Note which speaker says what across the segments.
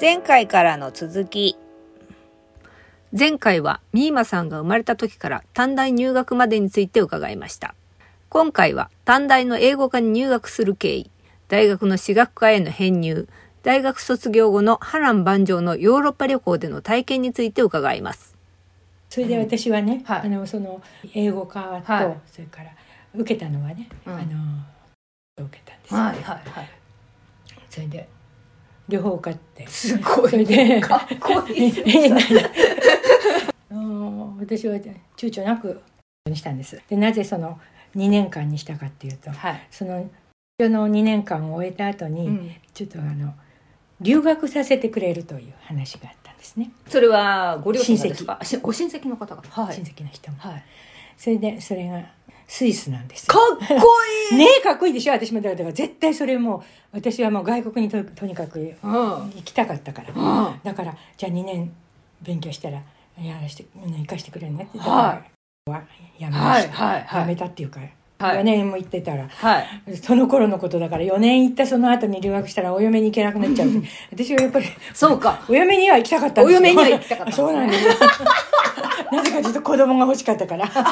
Speaker 1: 前回からの続き。
Speaker 2: 前回はミーマさんが生まれた時から短大入学までについて伺いました。今回は短大の英語科に入学する経緯、大学の私学科への編入、大学卒業後の波乱万丈のヨーロッパ旅行での体験について伺います。
Speaker 3: それで私はね、
Speaker 4: はい
Speaker 3: あのその英語科と、
Speaker 4: はい
Speaker 3: それから受けたのはね、
Speaker 4: うん
Speaker 3: あの受けたんですよ、
Speaker 4: はいはいはい。
Speaker 3: それで両方受かって
Speaker 4: すご
Speaker 3: そ
Speaker 4: い
Speaker 3: れ
Speaker 4: ね。
Speaker 3: で
Speaker 4: かっこいい。
Speaker 3: えなんだあの私は躊躇なくにしたんですでなぜその2年間にしたかっていうと
Speaker 4: はい。
Speaker 3: そのその2年間を終えた後に、
Speaker 4: うん
Speaker 3: ちょっとあの留学させてくれるという話があったんですね、
Speaker 4: それはご両親がですか。親ご親戚の方が。は
Speaker 3: 親。戚の人も。
Speaker 4: はい。
Speaker 3: それでそれがスイスなんですよ
Speaker 4: かっこいい。
Speaker 3: ねえかっこいいでしょ私もだからだから絶対それもう私はもう外国にととにかく
Speaker 4: うん。
Speaker 3: 行きたかったから
Speaker 4: うん
Speaker 3: だからじゃあ2年勉強したらやらしてみんな生かしてくれるねって
Speaker 4: は
Speaker 3: だからやめま
Speaker 4: はい
Speaker 3: した、
Speaker 4: はいは
Speaker 3: やめ
Speaker 4: い。
Speaker 3: たっていうか、
Speaker 4: はい
Speaker 3: 4年も行ってたら
Speaker 4: はい。
Speaker 3: その頃のことだから4年行ったその後に留学したらお嫁に行けなくな っちゃうって私はやっぱり
Speaker 4: そうか。
Speaker 3: お嫁には行きたかったんですよ
Speaker 4: お嫁には行きたかったんですね
Speaker 3: そうなんですなぜかちょっと子供が欲しかったから
Speaker 4: そうか。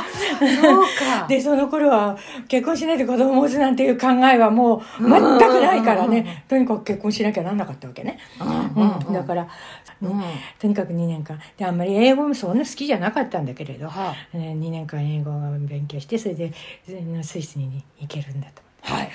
Speaker 3: でその頃は結婚しないで子供を持つなんていう考えはもう全くないからねとにかく結婚しなきゃなんなかったわけね、
Speaker 4: うん
Speaker 3: うん
Speaker 4: うんうん
Speaker 3: だから、
Speaker 4: うん。
Speaker 3: とにかく2年間であんまり英語もそんな好きじゃなかったんだけれど、
Speaker 4: はい。
Speaker 3: 2年間英語を勉強してそれでスイスに行けるんだと
Speaker 4: はい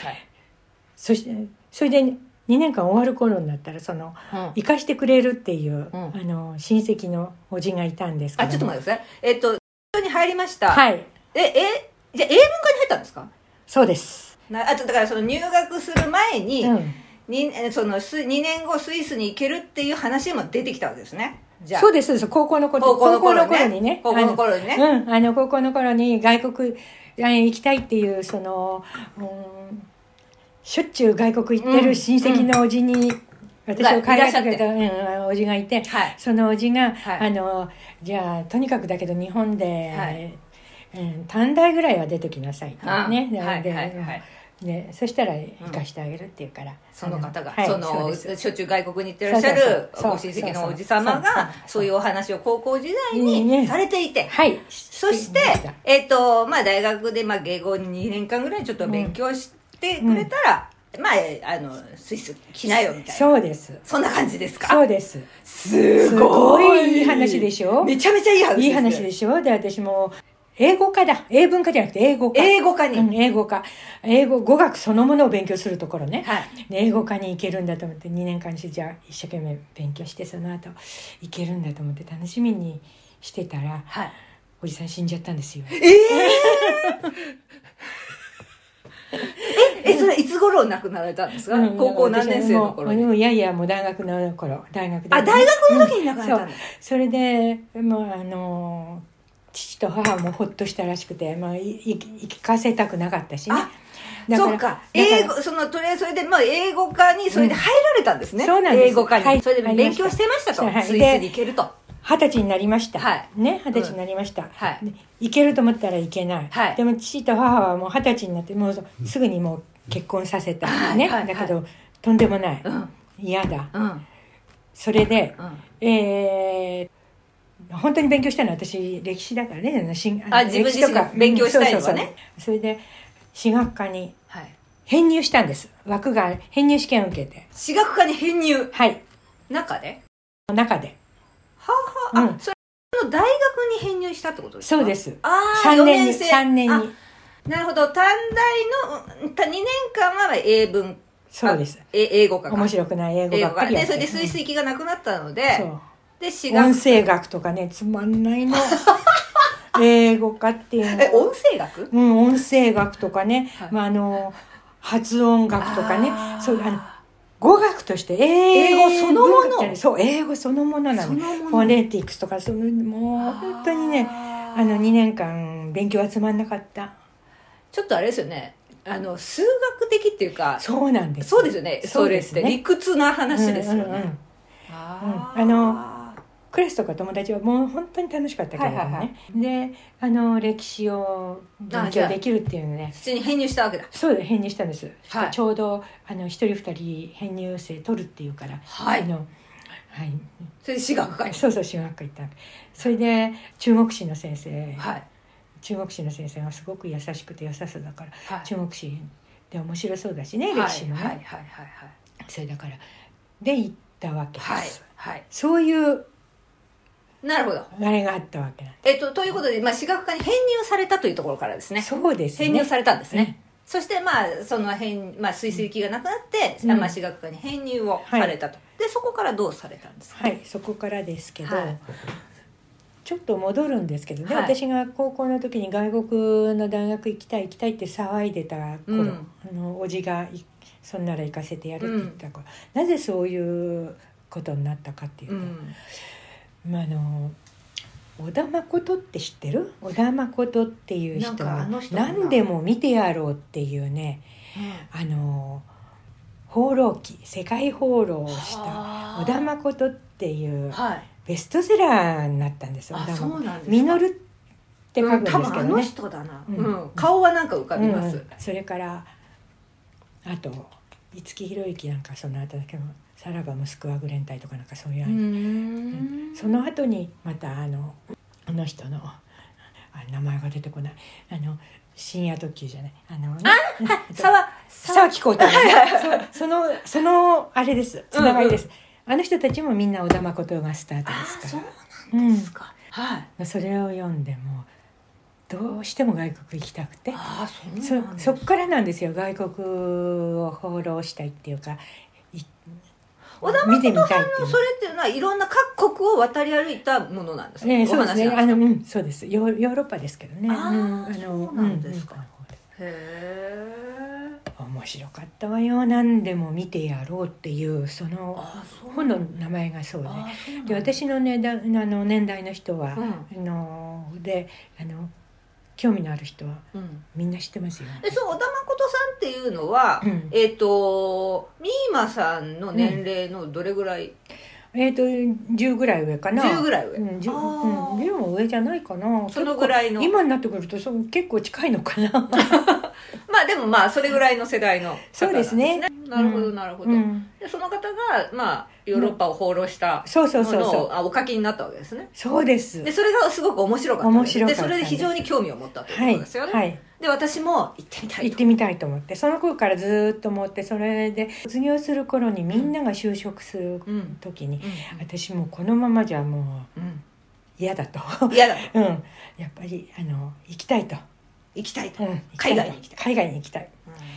Speaker 3: そしてそれで2年間終わる頃になったらその
Speaker 4: はい。
Speaker 3: 行かしてくれるっていう、
Speaker 4: うん
Speaker 3: あの親戚のおじがいたんですけ
Speaker 4: あ
Speaker 3: ど
Speaker 4: ちょっと待ってください。えっと本当に入りました。い。
Speaker 3: はい
Speaker 4: ええじゃあ英文科に入ったんですか。
Speaker 3: そうです、
Speaker 4: なあとだからその入学する前に。
Speaker 3: うん
Speaker 4: にえそのす2年後スイスに行けるっていう話も出てきたわけですねじゃあ
Speaker 3: そうですそうです高校の頃
Speaker 4: 高校の頃ね
Speaker 3: にね
Speaker 4: 高校の頃にね
Speaker 3: あのうんあの高校の頃に外国あ行きたいっていうその、うん、しょっちゅう外国行ってる親戚のおじに、私を帰らせてくれた、うん、おじがいて、
Speaker 4: はい
Speaker 3: そのおじが、
Speaker 4: はい
Speaker 3: あのじゃあとにかくだけど日本で、
Speaker 4: はい
Speaker 3: うん、短大ぐらいは出てきなさいって
Speaker 4: あ
Speaker 3: ね、で
Speaker 4: はいはいはい
Speaker 3: でそしたら行かしてあげるっていうから、
Speaker 4: その方が、
Speaker 3: あはい
Speaker 4: そうの
Speaker 3: です
Speaker 4: しょっちゅう外国に行ってらっしゃ
Speaker 3: そう
Speaker 4: る
Speaker 3: そうそう
Speaker 4: ご親戚のおじ様
Speaker 3: そうそう
Speaker 4: が
Speaker 3: そう
Speaker 4: そういうお話を高校時代
Speaker 3: いいね
Speaker 4: にされていて、
Speaker 3: はい
Speaker 4: そして
Speaker 3: また、
Speaker 4: えっとまあ、大学で、まあ、芸語に2年間ぐらいちょっと勉強してくれたら、まあえあのスイス来なよみたいな
Speaker 3: そうです
Speaker 4: そんな感じですか
Speaker 3: そうです
Speaker 4: す
Speaker 3: ごいいい話でしょ
Speaker 4: めちゃめちゃいい話です
Speaker 3: いい話でしょで私も英語科だ英文科じゃなくて英語科
Speaker 4: 英語科に、
Speaker 3: うん英語科英語語学そのものを勉強するところね、
Speaker 4: はい
Speaker 3: で英語科に行けるんだと思って2年間してじゃあ一生懸命勉強してその後行けるんだと思って楽しみにしてたら
Speaker 4: はい
Speaker 3: おじさん死んじゃったんですよ
Speaker 4: えええ、え、それいつ頃亡くなられたんですか、
Speaker 3: うん
Speaker 4: 高校何年生の頃
Speaker 3: もう
Speaker 4: に。
Speaker 3: もういやいやもう大学の頃大学で
Speaker 4: あ、大学の時に亡くなられたんだ。
Speaker 3: それでもうあの父と母もほっとしたらしくて、まあ、いい生かせたくなかったしね
Speaker 4: あ
Speaker 3: だら
Speaker 4: そうか。
Speaker 3: だら
Speaker 4: 英語、その、とりあえずそれで、まあ、英語科に、それで入られたんですね。
Speaker 3: うんそうなんです
Speaker 4: 英語科に。
Speaker 3: はい
Speaker 4: それで勉強してましたと。
Speaker 3: 入りました
Speaker 4: スイスに行けると。
Speaker 3: 二十歳になりました、
Speaker 4: はい
Speaker 3: ね二十歳になりました、
Speaker 4: はい
Speaker 3: で行けると思ったらいけない、
Speaker 4: はい
Speaker 3: でも父と母はもう二十歳になってもうすぐにもう結婚させたんですね、
Speaker 4: はいはいはい
Speaker 3: だけどとんでもない
Speaker 4: うん。
Speaker 3: 嫌だ
Speaker 4: うん。
Speaker 3: それで
Speaker 4: うん。
Speaker 3: えー本当に勉強したのは私歴史だからねのし
Speaker 4: あ自分自身
Speaker 3: 歴史とか
Speaker 4: 勉強したいのはね
Speaker 3: うんそうそうそうそれで私学科に
Speaker 4: はい。
Speaker 3: 編入したんです枠が編入試験を受けて
Speaker 4: 私学科に編入。
Speaker 3: はい
Speaker 4: 中で
Speaker 3: 中で
Speaker 4: はあはあ、
Speaker 3: う
Speaker 4: あ、
Speaker 3: ん
Speaker 4: それ、その大学に編入したってことですか
Speaker 3: そうで。す
Speaker 4: ああ、
Speaker 3: 3年に
Speaker 4: 四生
Speaker 3: 三年
Speaker 4: あ
Speaker 3: に
Speaker 4: なるほど短大の2年間は英文
Speaker 3: そうです
Speaker 4: え英語科か
Speaker 3: 面白くない英語
Speaker 4: 英
Speaker 3: ば
Speaker 4: 語
Speaker 3: っか
Speaker 4: 科
Speaker 3: りや
Speaker 4: で
Speaker 3: っ
Speaker 4: そ
Speaker 3: て
Speaker 4: れで水水機がなくなったので
Speaker 3: うんそう
Speaker 4: で私
Speaker 3: 音
Speaker 4: 学
Speaker 3: 声学とかねつま んないの英語科っていうの
Speaker 4: え音声学
Speaker 3: うん、音声学とかね、
Speaker 4: はい
Speaker 3: まあ、あの発音学とかね
Speaker 4: あー
Speaker 3: そうあの語学として英
Speaker 4: 英語そのもの
Speaker 3: 文学じゃないそう英語そのものな
Speaker 4: そ
Speaker 3: の
Speaker 4: のもの
Speaker 3: フォネティクスとかそのもう本当にね
Speaker 4: あー
Speaker 3: あの2年間勉強はつまんなかった
Speaker 4: ちょっとあれですよねあの数学的っていうかそ
Speaker 3: そうなんで
Speaker 4: う
Speaker 3: す
Speaker 4: ですよね
Speaker 3: そ
Speaker 4: そうれ
Speaker 3: で
Speaker 4: っ
Speaker 3: す
Speaker 4: て
Speaker 3: ね
Speaker 4: 理屈な話ですよね、
Speaker 3: うんうんうん
Speaker 4: あー
Speaker 3: うんあのクラスとか友達はもう本当に楽しかったけれどもね、
Speaker 4: はいはいはい
Speaker 3: であの歴史を勉強できるっていうのね
Speaker 4: 普通に編入したわけだ
Speaker 3: そうだ編入したんです、
Speaker 4: はい
Speaker 3: ちょうどあの一人二人編入生取るっていうから、
Speaker 4: はい
Speaker 3: あのはい、
Speaker 4: それで私学会
Speaker 3: そうそう修学会行ったそれで中国史の先生、
Speaker 4: はい
Speaker 3: 中国史の先生がすごく優しくて優しそうだから、
Speaker 4: はい
Speaker 3: 中国史で面白そうだしね、
Speaker 4: は
Speaker 3: 歴史
Speaker 4: い
Speaker 3: もね、
Speaker 4: はいはいはい
Speaker 3: それだからで行ったわけです、
Speaker 4: はいはい
Speaker 3: そういう
Speaker 4: なるほど
Speaker 3: あれがあったわけなんで
Speaker 4: えっとということで、まあ、私学科に編入されたというところからですね
Speaker 3: そうです
Speaker 4: 編入
Speaker 3: ね
Speaker 4: されたんですねそしてまあその編、まあ、水水期がなくなって、
Speaker 3: うん
Speaker 4: まあ、私学科に編入をされたと、でそこからどうされたんですか
Speaker 3: はいそこからですけど、
Speaker 4: はい
Speaker 3: ちょっと戻るんですけどね、
Speaker 4: はい
Speaker 3: 私が高校の時に外国の大学行きたい行きたいって騒いでた頃、
Speaker 4: うん
Speaker 3: あのおじがい「そんなら行かせてやる」って言った頃、なぜそういうことになったかっていう
Speaker 4: う
Speaker 3: と、
Speaker 4: ん
Speaker 3: まあ、あの小田誠って知ってる小田誠っていう
Speaker 4: な
Speaker 3: 人
Speaker 4: んかあ
Speaker 3: が
Speaker 4: の人もな
Speaker 3: 何でも見てやろうっていうねあの放浪記世界放浪をした小田誠っていう
Speaker 4: はい
Speaker 3: ベストセラーになったんですよ。
Speaker 4: あ
Speaker 3: 小田
Speaker 4: そう
Speaker 3: 誠
Speaker 4: なんですか
Speaker 3: ミノルって書くんですけ
Speaker 4: うん多分あ
Speaker 3: ど
Speaker 4: の
Speaker 3: ね。
Speaker 4: 人だな、
Speaker 3: うん
Speaker 4: うん顔はなんか浮かび
Speaker 3: うん
Speaker 4: ます、
Speaker 3: それからあと五木ひろゆきなんかその後だけどさらばモスクワグレン隊とかなんかそういう、
Speaker 4: うん
Speaker 3: その後にまたあのあの人のあ名前が出てこないあの深夜特急じゃないあのあ
Speaker 4: 沢沢
Speaker 3: 沢木浩太郎そうそのそのあれですつながりです、あの人たちもみんな小田誠がスタート
Speaker 4: あ
Speaker 3: で
Speaker 4: ー
Speaker 3: す
Speaker 4: そ
Speaker 3: か
Speaker 4: う
Speaker 3: ら
Speaker 4: なんですか、はい
Speaker 3: うんそれを読んでもどうしても外国行きたくて
Speaker 4: ああそうなんです
Speaker 3: そ
Speaker 4: ね
Speaker 3: そっからなんですよ外国を放浪したいっていうかい
Speaker 4: 小田
Speaker 3: 見てみ
Speaker 4: 誠
Speaker 3: た
Speaker 4: さん
Speaker 3: いってい
Speaker 4: の
Speaker 3: う
Speaker 4: それっていうのはいろんな各国を渡り歩いたものなんですか、
Speaker 3: ええ
Speaker 4: お
Speaker 3: そうです
Speaker 4: 話
Speaker 3: ね
Speaker 4: なんで
Speaker 3: あ
Speaker 4: す
Speaker 3: の
Speaker 4: か
Speaker 3: うんそうですヨーヨーロッパですけどね
Speaker 4: あー
Speaker 3: うんあ
Speaker 4: そうなんですか
Speaker 3: うんうん
Speaker 4: へえ
Speaker 3: 面白かったわよ何でも見てやろうっていうその
Speaker 4: ああそう
Speaker 3: 本の名前がそうで
Speaker 4: ああそうなん
Speaker 3: で
Speaker 4: だ
Speaker 3: 私の,、ね、だあの年代の人は、
Speaker 4: う
Speaker 3: あのであの興味のある人は
Speaker 4: うん
Speaker 3: みんな知ってますよ。
Speaker 4: えそう小田誠さんっていうのは、
Speaker 3: うん
Speaker 4: えっ、とミーマさんの年齢のどれぐらい、
Speaker 3: えっ、と10ぐらい上かな
Speaker 4: 10ぐらい上、
Speaker 3: うん 10,
Speaker 4: あ
Speaker 3: うん、
Speaker 4: ー
Speaker 3: 10も上じゃないかな
Speaker 4: そのぐらいの
Speaker 3: 結構今になってくるとそう結構近いの かな
Speaker 4: まあでもまあそれぐらいの世代の方なん
Speaker 3: そうですね
Speaker 4: なるほどなるほど、
Speaker 3: うん
Speaker 4: でその方がまあヨーロッパを放浪した
Speaker 3: そうそ
Speaker 4: も
Speaker 3: うそう
Speaker 4: の
Speaker 3: そう
Speaker 4: をあお書きになったわけですね
Speaker 3: そうです
Speaker 4: でそれがすごく面白かったんです
Speaker 3: 面白か
Speaker 4: で
Speaker 3: ったんです
Speaker 4: それで非常に興味を持ったという
Speaker 3: は
Speaker 4: こ
Speaker 3: い、
Speaker 4: とですよね、
Speaker 3: はい、
Speaker 4: で私も行ってみたい
Speaker 3: 行っ
Speaker 4: と
Speaker 3: てみたいと思ってその頃からずーっと思ってそれで卒業する頃にみんなが就職する
Speaker 4: うん
Speaker 3: 時に、
Speaker 4: う
Speaker 3: 私もうこのままじゃもうん嫌だと
Speaker 4: うん嫌だ
Speaker 3: うんやっぱりあの行きたいと、
Speaker 4: 行きたいと、
Speaker 3: うん
Speaker 4: うん
Speaker 3: た
Speaker 4: 海外に行きたい
Speaker 3: 海外に行きたい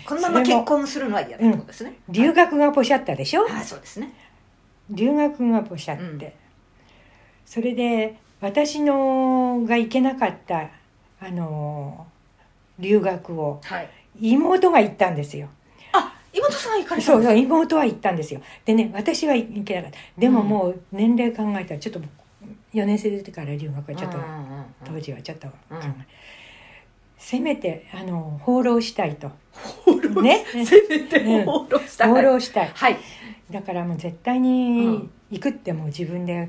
Speaker 4: このまま結婚するのは嫌だってことですね、
Speaker 3: 留学がポシャったでしょ、
Speaker 4: ああそうですね
Speaker 3: 留学がポシャっ
Speaker 4: う
Speaker 3: て、
Speaker 4: ん
Speaker 3: それで私のが行けなかったあの留学を
Speaker 4: はい
Speaker 3: 妹が行ったんですよ
Speaker 4: あ妹さん行かれた
Speaker 3: そ
Speaker 4: ん
Speaker 3: う
Speaker 4: です
Speaker 3: そう妹は行ったんですよでね私は行けなかったでも
Speaker 4: うん
Speaker 3: もう年齢考えたらちょっと4年生出てから留学はちょっと
Speaker 4: うんうんうん
Speaker 3: 当時はちょっと考え、
Speaker 4: うん
Speaker 3: せめてあの放浪したいと
Speaker 4: 放浪
Speaker 3: ね
Speaker 4: せめて放浪した
Speaker 3: 放
Speaker 4: い
Speaker 3: 浪したい
Speaker 4: はい
Speaker 3: だからもう絶対
Speaker 4: うん
Speaker 3: に行くってもう自分で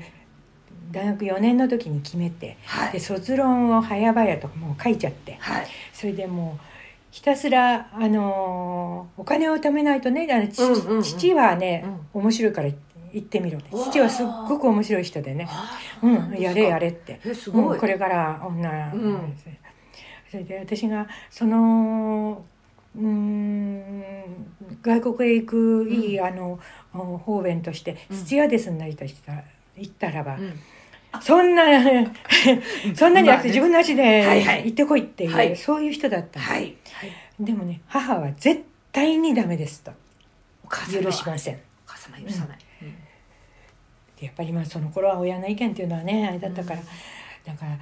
Speaker 3: 大学4年の時に決めて
Speaker 4: は
Speaker 3: で
Speaker 4: い
Speaker 3: 卒論を早々ともう書いちゃって
Speaker 4: はい
Speaker 3: それでもうひたすら、あのーお金を貯めないとねあの父,、
Speaker 4: うんうんうん
Speaker 3: 父はね、面白いから行ってみろって
Speaker 4: うわー
Speaker 3: 父はすっごく面白い人でね
Speaker 4: あ
Speaker 3: 「
Speaker 4: そううなん
Speaker 3: ん
Speaker 4: ですか
Speaker 3: やれやれ」って
Speaker 4: えすごい、
Speaker 3: うんこれから女、
Speaker 4: うん
Speaker 3: それで私がそのうーん外国へ行くいい、あの方便として
Speaker 4: うん
Speaker 3: スチュアーデスになりたいした行ったらば、
Speaker 4: うん
Speaker 3: そ んなそんなになくて自分の足で
Speaker 4: はいはい
Speaker 3: 行ってこいっていう、
Speaker 4: はい
Speaker 3: そういう人だったんです、
Speaker 4: はい
Speaker 3: でもね母は絶対にダメですと
Speaker 4: お母様は
Speaker 3: 許しません
Speaker 4: お母様は許さない、うん
Speaker 3: やっぱりまあその頃は親の意見っていうのはねあれだったから、だから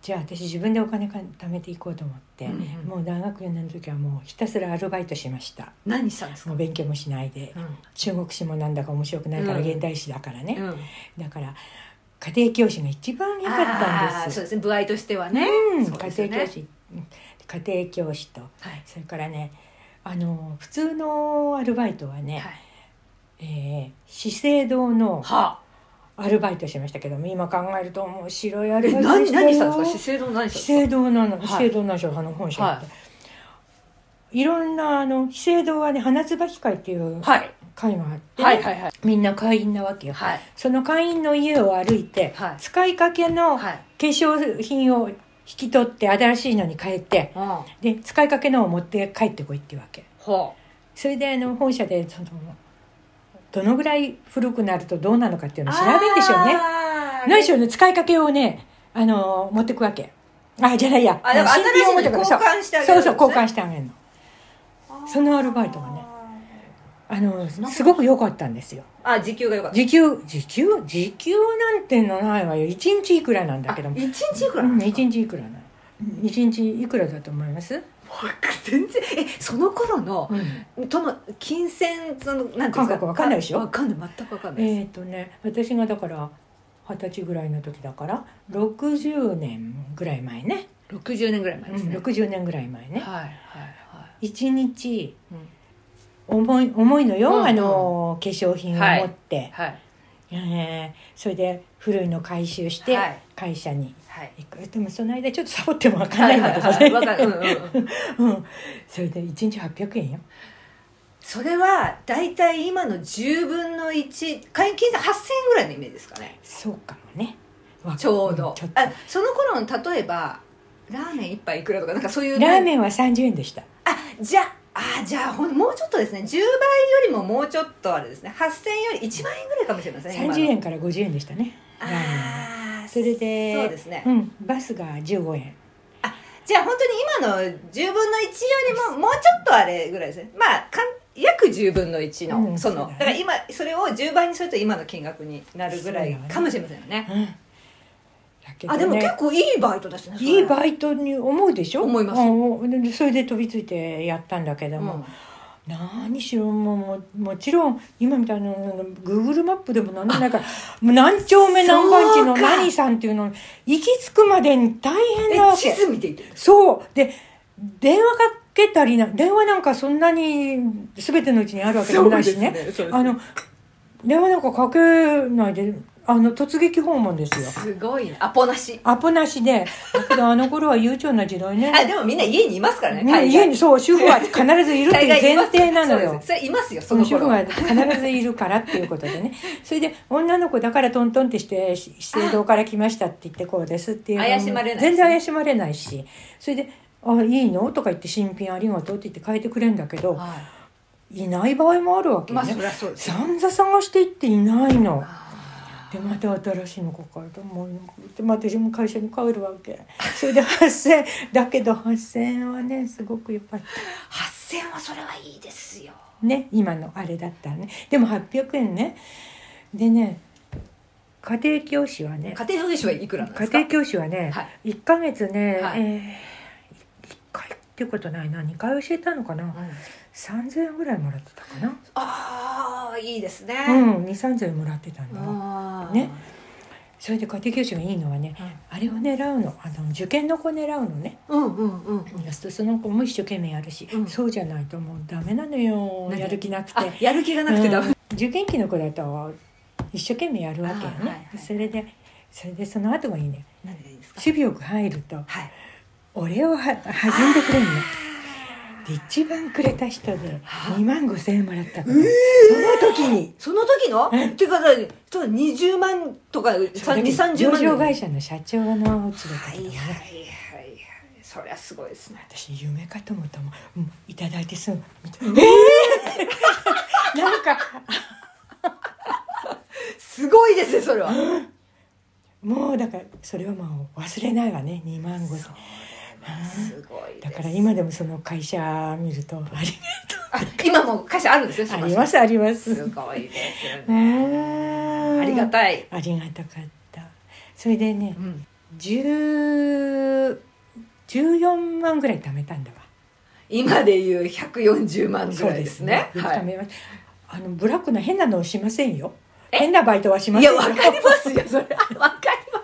Speaker 3: じゃあ私自分でお金か貯めていこうと思って、
Speaker 4: うんうん
Speaker 3: もう大学4年の時はもうひたすらアルバイトしました
Speaker 4: 何したんですか、
Speaker 3: もう勉強もしないで、中国史もなんだか面白くないから
Speaker 4: うん
Speaker 3: 現代史だからね、
Speaker 4: うん
Speaker 3: だから家庭教師が一番良かった
Speaker 4: あ
Speaker 3: ん
Speaker 4: ー
Speaker 3: です
Speaker 4: そうですね部合としてはね、
Speaker 3: うん
Speaker 4: そうです
Speaker 3: 家
Speaker 4: よね
Speaker 3: 庭教師うん家庭教師と
Speaker 4: はい
Speaker 3: それからねあの普通のアルバイトはね、
Speaker 4: はい
Speaker 3: えー資生堂の
Speaker 4: は
Speaker 3: アルバイトしましたけども今考えると面白いア
Speaker 4: え
Speaker 3: ルバイト
Speaker 4: 何
Speaker 3: した
Speaker 4: 何したんですか資生
Speaker 3: よ
Speaker 4: 堂何
Speaker 3: 資
Speaker 4: したんで
Speaker 3: 生堂なの
Speaker 4: はい
Speaker 3: 資生堂なんですよあの本社って、、
Speaker 4: はい
Speaker 3: ろんなあの資生堂はね花椿会っていう
Speaker 4: すかはい
Speaker 3: 会があって、
Speaker 5: はいはいはい
Speaker 3: みんな会員なわけよ、
Speaker 5: はい
Speaker 3: その会員の家を歩いて、
Speaker 5: はい
Speaker 3: 使いかけの化
Speaker 5: はい
Speaker 3: 粧品を引き取って新しいのに変えて
Speaker 5: うん
Speaker 3: で使いかけのを持って帰ってこいっていうわけ
Speaker 5: ほ
Speaker 3: それであの本社でそのどのぐらい古くなるとどうなのかっていうのを調べるんでしょうね何しろね使いかけをねあの持ってくわけあじゃないや
Speaker 4: あでも
Speaker 3: の新品を持って
Speaker 4: 新
Speaker 3: く
Speaker 4: しいのに交換してあげるん
Speaker 3: そ
Speaker 4: です
Speaker 3: うそう
Speaker 4: ね
Speaker 3: そう交換してあげるのそのアルバイトがねあのすごく良かったんですよ
Speaker 4: あ時給が良かった
Speaker 3: 時給時給時給なんてのないわよ1日いくらなんだけども
Speaker 4: 一日いくら
Speaker 3: う
Speaker 4: なん
Speaker 3: ん
Speaker 4: ですか
Speaker 3: 1日いくらなの1日いくらだと思います、
Speaker 4: 全然えその頃のとの金銭そのなんていうん
Speaker 3: 感
Speaker 4: です
Speaker 3: 覚わかんないでしょ
Speaker 4: わかんない全くわかんないです、
Speaker 3: えっ、とね私がだから二十歳ぐらいの時だから60年ぐらい前ね、
Speaker 5: 60年ぐらい前
Speaker 3: うん
Speaker 5: ですね、
Speaker 3: 60年ぐらい前
Speaker 5: は
Speaker 3: ね
Speaker 5: いはいはい
Speaker 3: 一日重い重いのよ、
Speaker 5: うんうん
Speaker 3: あの化粧品を持って、
Speaker 5: はい
Speaker 3: えーそれで古いの回収して
Speaker 5: はい
Speaker 3: 会社に
Speaker 5: はい
Speaker 3: 行く、でもその間ちょっとサボってもわかん
Speaker 5: は
Speaker 3: ないいん
Speaker 5: は
Speaker 3: だ
Speaker 5: い
Speaker 3: け
Speaker 5: はい
Speaker 3: ど
Speaker 5: わ
Speaker 3: ね、
Speaker 5: かるうんうんうん
Speaker 3: うん、それで一日800円よ
Speaker 4: それは大体今の10分の1会員金銭8000円ぐらいのイメージですかね
Speaker 3: そうかもねわ
Speaker 4: ちょうど、
Speaker 3: んちょっと
Speaker 4: あその頃の例えばラーメン一杯いくらとかなんかそういう
Speaker 3: ラーメンは30円でした
Speaker 4: あじゃああじゃあほんもうちょっとですね10倍よりももうちょっとあれですね8000円より1万円ぐらいかもしれませんね
Speaker 3: 30円から50円でしたねラーメンは
Speaker 4: ああ
Speaker 3: それで
Speaker 4: そうですね、
Speaker 3: うん、バスが15円
Speaker 4: じゃあ本当に今の10分の1よりももうちょっとあれぐらいですねまあかん約10分の1の、
Speaker 3: うん
Speaker 4: そ
Speaker 3: そ
Speaker 4: の
Speaker 3: うだね
Speaker 4: だから今それを10倍にすると今の金額になるぐらい
Speaker 3: そうだね
Speaker 4: かもしれませんよね
Speaker 3: うんだけど
Speaker 4: あ
Speaker 3: ね
Speaker 4: でも結構いいバイトですねそれ
Speaker 3: いいバイトに思うでしょ
Speaker 4: 思います
Speaker 3: うんでそれで飛びついてやったんだけど
Speaker 4: うん
Speaker 3: も、何しろもうももちろん今みたいなの Google マップでも何でもないから もう何丁目何番地の
Speaker 4: そうか
Speaker 3: 何さんっていうの行き着くまでに大変なわ
Speaker 4: え
Speaker 3: け
Speaker 4: 地図見ていて
Speaker 3: そうで電話かけたりな電話なんかそんなに全てのうちにあるわけでもないし
Speaker 4: そう
Speaker 3: ね
Speaker 4: ですねそうですね
Speaker 3: あの電話なんかかけないであの突撃訪問ですよ
Speaker 4: すごいねアポなし
Speaker 3: アポなしでだけ どあの頃は悠長な時代ね
Speaker 4: あでもみんな家にいますからね
Speaker 3: ね
Speaker 4: 海外
Speaker 3: 家にそう主婦は必ずいるっていう前提なのよ
Speaker 4: それいますよそ
Speaker 3: そ
Speaker 4: の
Speaker 3: の主婦
Speaker 4: 頃
Speaker 3: は必ずいるからっていうことでねそれで女の子だからトントンってしてし資生堂から来ましたって言ってこうですっていうのも
Speaker 4: 怪しまれない
Speaker 3: 全然怪しまれないしそれで「あいいの?」とか言って「新品ありがとう」って言って変えてくれんだけど、い、ない場合もあるわけ
Speaker 4: ま
Speaker 3: よ
Speaker 4: あ
Speaker 3: ね
Speaker 4: そ、りゃそうですよ
Speaker 3: 散々探していっていないの。でまた新しいのこからと思うよでまた私も会社に帰るわけそれで8,000だ けど8,000はねすごくやっぱり
Speaker 4: 8000はそれはいいですよ
Speaker 3: ね今のあれだったらねでも800円ねでね家庭教師はね
Speaker 4: 家庭教師はいくらなんで
Speaker 3: 家
Speaker 4: すか
Speaker 3: 庭教師はね、
Speaker 4: は
Speaker 3: 1ヶ月ね、
Speaker 4: はい
Speaker 3: え1回っていうことないな2回教えたのかな、3,000円ぐらいもらってたかな、
Speaker 4: ああいいですね、
Speaker 3: うん2,3,000円もらってたんだわ
Speaker 4: あー
Speaker 3: ねそれで家庭教師がいいのはね、あれを狙うのあの受験の子狙うのね、
Speaker 4: うんうんうん
Speaker 3: そうするとその子も一生懸命やるし、
Speaker 4: うん
Speaker 3: そうじゃないともうダメなのよ
Speaker 4: 何
Speaker 3: やる気なくて
Speaker 4: あやる気がなくてダメ、
Speaker 3: うん受験期の子だと一生懸命やるわけよね、
Speaker 4: あはいはい
Speaker 3: それでそれでその後がいいね
Speaker 4: 何がいいですか
Speaker 3: 守備よく入ると
Speaker 4: はい
Speaker 3: お礼をは弾んでくれるので一番くれた人で2万5千円もらったからその時に
Speaker 4: その時のっていうかだただ20万とか
Speaker 3: その時
Speaker 4: 2三3 0万
Speaker 3: 上場
Speaker 4: はい
Speaker 3: 会社の社長の名を連れて
Speaker 4: はいはい
Speaker 3: きたのね
Speaker 4: はいそりゃすごいですね
Speaker 3: 私夢かと思ったもん、うん、いただいてすぐみたいな、えー なんか
Speaker 4: すごいですねそれは
Speaker 3: もうだからそれはもう忘れないわね2万5千
Speaker 4: すごいです
Speaker 3: だから今でもその会社見るとあり
Speaker 4: あ今もう会社あるんですねそ
Speaker 3: あ
Speaker 4: の会
Speaker 3: り
Speaker 4: 社
Speaker 3: ますあります。
Speaker 4: すごいですよね
Speaker 3: あ
Speaker 4: ありがたい
Speaker 3: ありがたかった。それでね
Speaker 4: う、ん
Speaker 3: 十十四万ぐらい貯めたんだわ。
Speaker 4: 今でいう140万ぐらいですね
Speaker 3: そうですよく
Speaker 4: は
Speaker 3: 貯
Speaker 4: い
Speaker 3: めましたあのブラックな変なのをしませんよ。
Speaker 4: え
Speaker 3: 変なバイトはしま
Speaker 4: い
Speaker 3: せん
Speaker 4: や
Speaker 3: よ
Speaker 4: わ。かりますよそれわかりま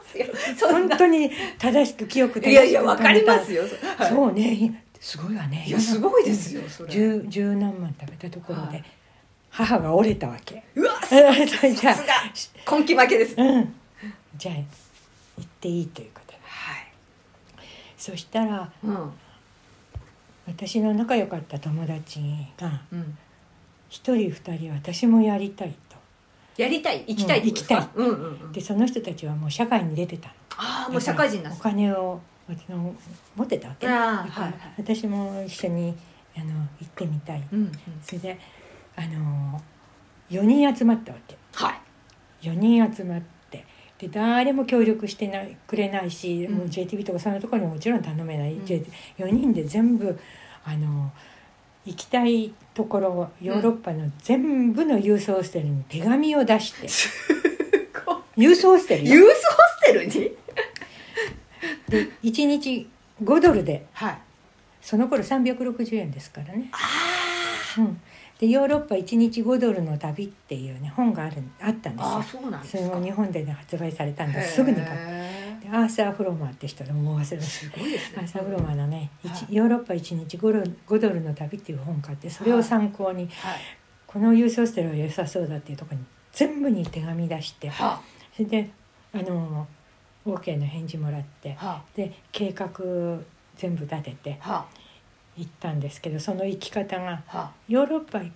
Speaker 4: すよそん
Speaker 3: 本
Speaker 4: な
Speaker 3: 当に正しく清く正しく
Speaker 4: いやいやわかります
Speaker 3: よ。
Speaker 4: よ、はい
Speaker 3: そうね、すごいわね。
Speaker 4: いやすごいですよそれ
Speaker 3: 十十何万貯めたところ
Speaker 4: は
Speaker 3: で母が折れたわけ。
Speaker 4: うわ
Speaker 3: それ じゃあ
Speaker 4: さすが根気負けです
Speaker 3: うん、じゃあ行っていいということで
Speaker 4: はい、
Speaker 3: そしたら
Speaker 4: うん
Speaker 3: 私の仲良かった友達が
Speaker 4: うん、
Speaker 3: 一人二人私もやりたいと
Speaker 4: やりたい行きたいってことですかうんうんうん
Speaker 3: でその人たちはもう社会に出てたの
Speaker 4: ああもう社会人なん
Speaker 3: お
Speaker 4: です
Speaker 3: 金を私の持ってたわけだ
Speaker 4: ああ
Speaker 3: から
Speaker 4: はいはい
Speaker 3: 私も一緒にあの行ってみたい、
Speaker 4: うんうん
Speaker 3: それであの4人集まったわけ
Speaker 4: はい
Speaker 3: 4人集まってで誰も協力してないくれないし、もう JTB とかそんなところにももちろん頼めない、J 4人で全部あの行きたいところをヨーロッパの全部の郵送ホステルに手紙を出して、郵送ホステル
Speaker 4: ユー
Speaker 3: よ
Speaker 4: スホステルに
Speaker 3: で1日5ドルで
Speaker 4: はい
Speaker 3: その頃360円ですからね。うん、でヨーロッパ1日5ドルの旅っていうね本があるあったんです
Speaker 4: ああ
Speaker 3: よ。
Speaker 4: そうなんです
Speaker 3: それ
Speaker 4: か
Speaker 3: も日本で、ね、発売されたんですすぐに買った。
Speaker 4: へ
Speaker 3: でアーサー・フロマーって人で思わせる
Speaker 4: ーすごいです
Speaker 3: ア
Speaker 4: ね
Speaker 3: ーサー・フロマーのね、一
Speaker 4: は
Speaker 3: ヨーロッパ1日 5, ドルの旅」っていう本買ってそれを参考に、
Speaker 4: はい
Speaker 3: この郵送ステルは良さそうだっていうところに全部に手紙出してそ
Speaker 4: は
Speaker 3: れであの OK の返事もらって
Speaker 4: あは
Speaker 3: で計画全部立てて
Speaker 4: あは
Speaker 3: 行ったんですけどその行き方が
Speaker 4: あは
Speaker 3: ヨーロッパ行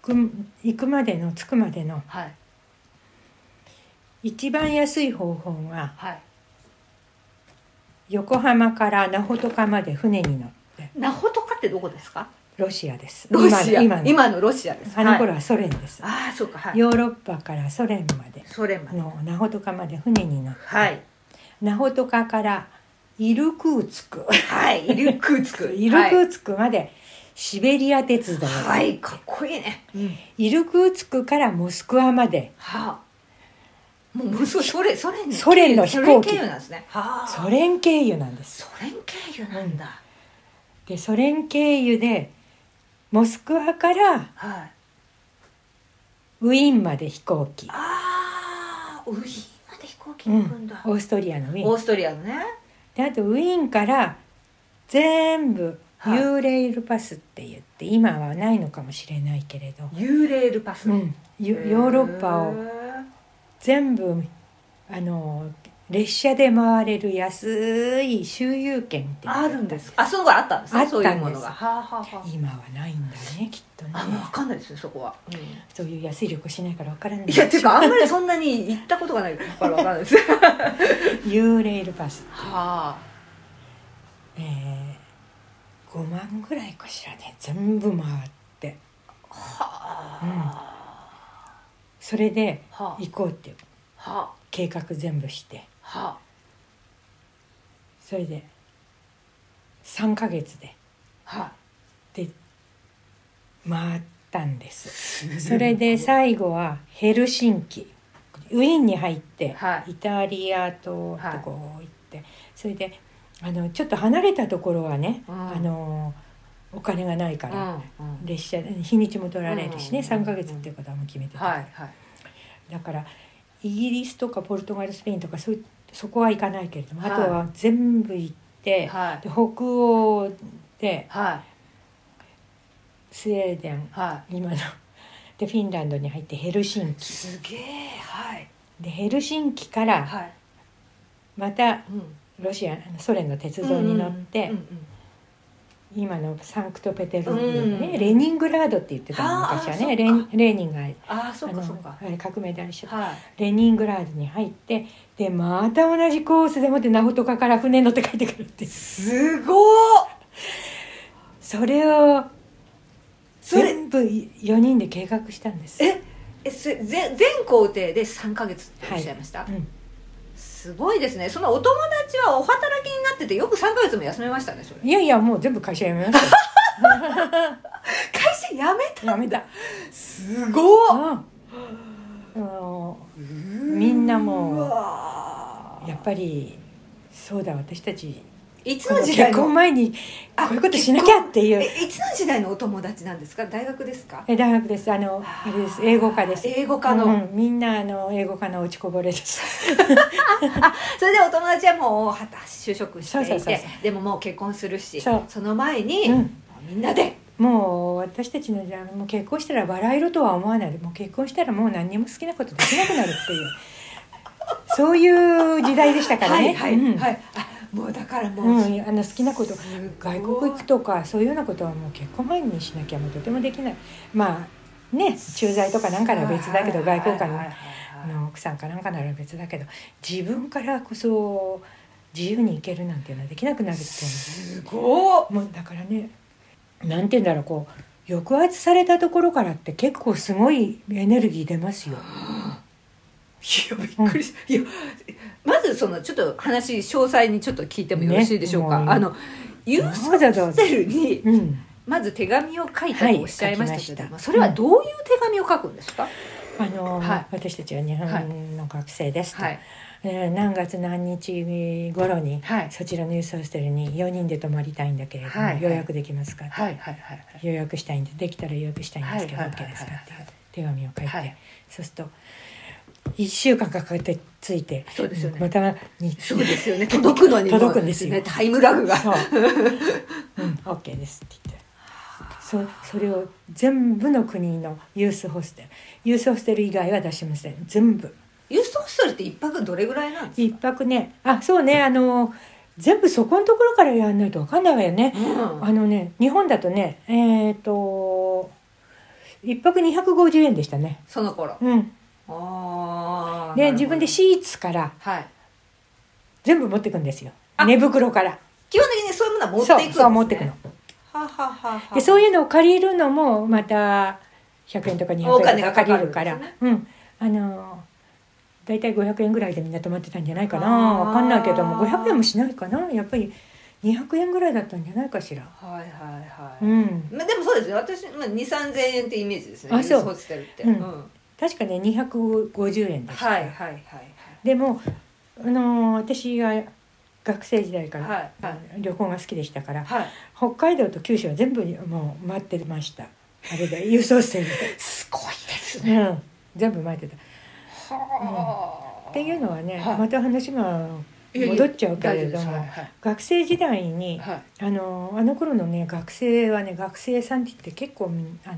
Speaker 3: く行くまでの着くまでの
Speaker 4: あはい
Speaker 3: 一番安い方法が
Speaker 4: はい
Speaker 3: 横浜からナホトカまで船に乗って
Speaker 4: ナホトカってどこですか
Speaker 3: ロシアです
Speaker 4: ロシア
Speaker 3: 今
Speaker 4: 今
Speaker 3: の今の
Speaker 4: のロシアです
Speaker 3: あの頃
Speaker 4: はい
Speaker 3: はソ連です、
Speaker 4: ああそうかはい
Speaker 3: ヨーロッパからソ連まで
Speaker 4: それまで
Speaker 3: のナホトカまで船に乗って、
Speaker 4: はい
Speaker 3: ナホトカからイルクーツク
Speaker 4: はいイルクーツク
Speaker 3: イルク
Speaker 4: はい
Speaker 3: ーツクまでシベリア鉄道、
Speaker 4: はいかっこいいね
Speaker 3: イルクーツクからモスクワまで
Speaker 4: はあもうもうそソ連ソ連
Speaker 3: ソ連の飛行機
Speaker 4: ソ連経由なんですねはあ
Speaker 3: ソ連経由なんです
Speaker 4: ソ連経由なんだ、
Speaker 3: でソ連経由でモスクワから
Speaker 4: はい
Speaker 3: ウィーンまで飛行機、
Speaker 4: ああウィーンまで飛行機
Speaker 3: う
Speaker 4: に行くん
Speaker 3: ん
Speaker 4: だ、、
Speaker 3: オーストリアのウィーン
Speaker 4: オーストリアのね
Speaker 3: であとウィーンから全部
Speaker 4: はい
Speaker 3: ユーレイルパスって言って今はないのかもしれないけれど、
Speaker 4: ユーレールパス、
Speaker 3: うん、ヨ
Speaker 4: へ
Speaker 3: ヨーロッパを全部あの列車で回れる安い周遊券っていうのが
Speaker 4: あるんですかあその後あったんですね
Speaker 3: あった
Speaker 4: そ
Speaker 3: ん
Speaker 4: う
Speaker 3: です
Speaker 4: いうものがはあ、はあは
Speaker 3: 今はないんだねきっとね
Speaker 4: あ、あもう分かんないですねそこは、
Speaker 3: そういう安い旅行しないから分からない
Speaker 4: いやっていうかあんまりそんなに行ったことがないから分かんないですは
Speaker 3: ユーレイルパス、
Speaker 4: あ
Speaker 3: えー、5万ぐらいかしらね全部回って
Speaker 4: は
Speaker 3: それで
Speaker 4: あ、はあ
Speaker 3: 行こうって
Speaker 4: は
Speaker 3: 計画全部して
Speaker 4: あは
Speaker 3: それで3ヶ月で
Speaker 4: あはあ
Speaker 3: で回ったんですそれで最後はヘルシンキウィーンに入って、
Speaker 4: はい
Speaker 3: イタリアとってこう行って、それであのちょっと離れたところはね、
Speaker 4: うん
Speaker 3: あのお金がないか
Speaker 4: う
Speaker 3: ら、
Speaker 4: んうん
Speaker 3: 列車日にちも取られるしね、
Speaker 4: うん
Speaker 3: 3ヶ月っていうことはもう決めてた、
Speaker 4: はいはい
Speaker 3: だからイギリスとかポルトガルスペインとかそういうそこは行かないけれども、
Speaker 4: はい
Speaker 3: あとは全部行って、
Speaker 4: はい
Speaker 3: で北欧で
Speaker 4: はい
Speaker 3: スウェーデン
Speaker 4: は
Speaker 3: 今のでフィンランドに入ってヘルシン
Speaker 4: い
Speaker 3: キ
Speaker 4: すげえはい
Speaker 3: でヘルシンキから
Speaker 4: はい
Speaker 3: また
Speaker 4: うん
Speaker 3: ロシアあのソ連の鉄道に乗って、
Speaker 4: うんうん
Speaker 3: 今のサンクトペテルブルクのね、
Speaker 4: うん
Speaker 3: レニングラードって言ってたの
Speaker 4: あー
Speaker 3: 昔は
Speaker 4: あ
Speaker 3: ね
Speaker 4: ー
Speaker 3: レ
Speaker 4: そっ
Speaker 3: ン
Speaker 4: か
Speaker 3: レーニンが
Speaker 4: ああそ
Speaker 3: あ
Speaker 4: う
Speaker 3: の
Speaker 4: かそうか
Speaker 3: はい革命大使
Speaker 4: はい
Speaker 3: レニングラードに入ってでまた同じコースでもってナホトカから船乗って帰ってくるって
Speaker 4: すごっ
Speaker 3: それを
Speaker 4: それ
Speaker 3: 全部4人で計画したんです
Speaker 4: ええそれぜ全行程で3ヶ月っておっしゃいました、
Speaker 3: うん
Speaker 4: すごいですねそのお友達はお働きになっててよく3ヶ月も休めましたねそれ
Speaker 3: いやいやもう全部会社辞めまし
Speaker 4: 会社辞め
Speaker 3: た 辞めた
Speaker 4: たすごっ
Speaker 3: うん、もうみんな
Speaker 4: う
Speaker 3: も
Speaker 4: わ
Speaker 3: うやっぱりそうだ私たち
Speaker 4: ーいつ
Speaker 3: こ
Speaker 4: の
Speaker 3: の
Speaker 4: 時代
Speaker 3: 結婚
Speaker 4: の
Speaker 3: 前にこういうことしなきゃっていう
Speaker 4: えいつの時代のお友達なんですか大学ですか
Speaker 3: え大学ですあのあれです英語科です
Speaker 4: 英語科の、
Speaker 3: うんみんなあの英語科の落ちこぼれです
Speaker 4: それでお友達はもうはた就職していて
Speaker 3: そうそうそうそ
Speaker 4: でももう結婚するし
Speaker 3: そう
Speaker 4: の前に、
Speaker 3: うん
Speaker 4: もうみんなで
Speaker 3: もう私たちの時代もう結婚したらバラ色とは思わないでもう結婚したらもう何にも好きなことできなくなるって いうそういう時代でしたから
Speaker 4: は
Speaker 3: ね
Speaker 4: いはい、
Speaker 3: うん
Speaker 4: はいあもうだからもう、
Speaker 3: うん、あの好きなこと
Speaker 4: すごい
Speaker 3: 外国行くとかそういうようなことはもう結婚前にしなきゃもうとてもできないまあね駐在とかなんかなら別だけど外交官
Speaker 5: はいはいはいはい
Speaker 3: の奥さんかなんかなら別だけど自分からこそ自由に行けるなんていうのはできなくなるっていう
Speaker 5: すごっ
Speaker 3: のもうだからねなんて言うんだろうこう抑圧されたところからって結構すごいエネルギー出ますよ。
Speaker 5: いやびっくりし、いやまずそのちょっと話詳細にちょっと聞いてもよろしいでしょうか、
Speaker 3: ねもう
Speaker 5: あのユース
Speaker 3: どうぞどうぞ
Speaker 5: ホ。テルに
Speaker 3: うん
Speaker 5: まず手紙を書いたとおっしゃいましたけど、
Speaker 3: はい書きました
Speaker 5: まあそれはどういう手紙を書くんですか、
Speaker 3: あの
Speaker 5: はい
Speaker 3: 私たちは日本の学生ですと、
Speaker 5: はい
Speaker 3: えー何月何日頃に
Speaker 5: はい
Speaker 3: そちらのユースホステルに4人で泊まりたいんだけれども、
Speaker 5: はい
Speaker 3: 予約できますか、
Speaker 5: はいはいはい
Speaker 3: 予約したいんでできたら予約したいんですけど、
Speaker 5: はい
Speaker 3: OK ですか
Speaker 5: はい
Speaker 3: っていう手紙を書いて、
Speaker 5: はい
Speaker 3: そうすると1週間かかってついて
Speaker 5: そうですよね
Speaker 3: またに
Speaker 5: そうですよね届くのにも
Speaker 3: 届くんですよ
Speaker 5: ね、タイムラグが
Speaker 3: そう、うん、OK ですって言ってそそれを全部の国のユースホステルユースホステル以外は出しません全部
Speaker 4: ユーストホステルって一泊どれぐらいなんですか
Speaker 3: 一泊ねあそうねあの全部そこのところからやんないと分かんないわよね、あのね日本だとねえっ、と一泊250円でしたね
Speaker 4: その頃
Speaker 3: うん
Speaker 4: ああ
Speaker 3: で自分でシーツから
Speaker 5: はい
Speaker 3: 全部持ってくんですよ寝袋から
Speaker 4: 基本的にそういうものは持っていくん
Speaker 3: そう
Speaker 4: です、ね、
Speaker 3: そう持ってくの
Speaker 4: はははは
Speaker 3: でそういうのを借りるのもまた100円とか
Speaker 4: お
Speaker 3: 200円
Speaker 4: 金
Speaker 3: と
Speaker 4: がか
Speaker 3: か借
Speaker 4: か
Speaker 3: り
Speaker 4: る
Speaker 3: る
Speaker 4: んですね
Speaker 3: からうんあの大体500円ぐらいでみんな泊まってたんじゃないかな
Speaker 4: あー
Speaker 3: 分かんないけども500円もしないかなやっぱり200円ぐらいだったんじゃないかしら
Speaker 4: はいはいはい、
Speaker 3: うん
Speaker 4: まあでもそうですね私、まあ、23000円ってイメージですね
Speaker 3: あ
Speaker 4: ユ
Speaker 3: そう
Speaker 4: ースホステルって、
Speaker 3: うん
Speaker 4: はい
Speaker 3: 確かね250円でした、
Speaker 4: はいはいはい
Speaker 3: でも、あのー私が学生時代から、
Speaker 4: はいはい
Speaker 3: 旅行が好きでしたから
Speaker 4: はい
Speaker 3: 北海道と九州は全部もう待ってましたあれ で輸送船で、
Speaker 4: すごいです
Speaker 3: うん、全部待ってた
Speaker 5: は
Speaker 3: っていうのはね、
Speaker 5: はい
Speaker 3: また話が
Speaker 5: いやいや
Speaker 3: 戻っちゃうけれど
Speaker 5: 大丈
Speaker 3: も
Speaker 5: 夫ですはい
Speaker 3: 学生時代に、
Speaker 5: はい
Speaker 3: あのーあの頃のね学生はね学生さんって言って結構みんあの、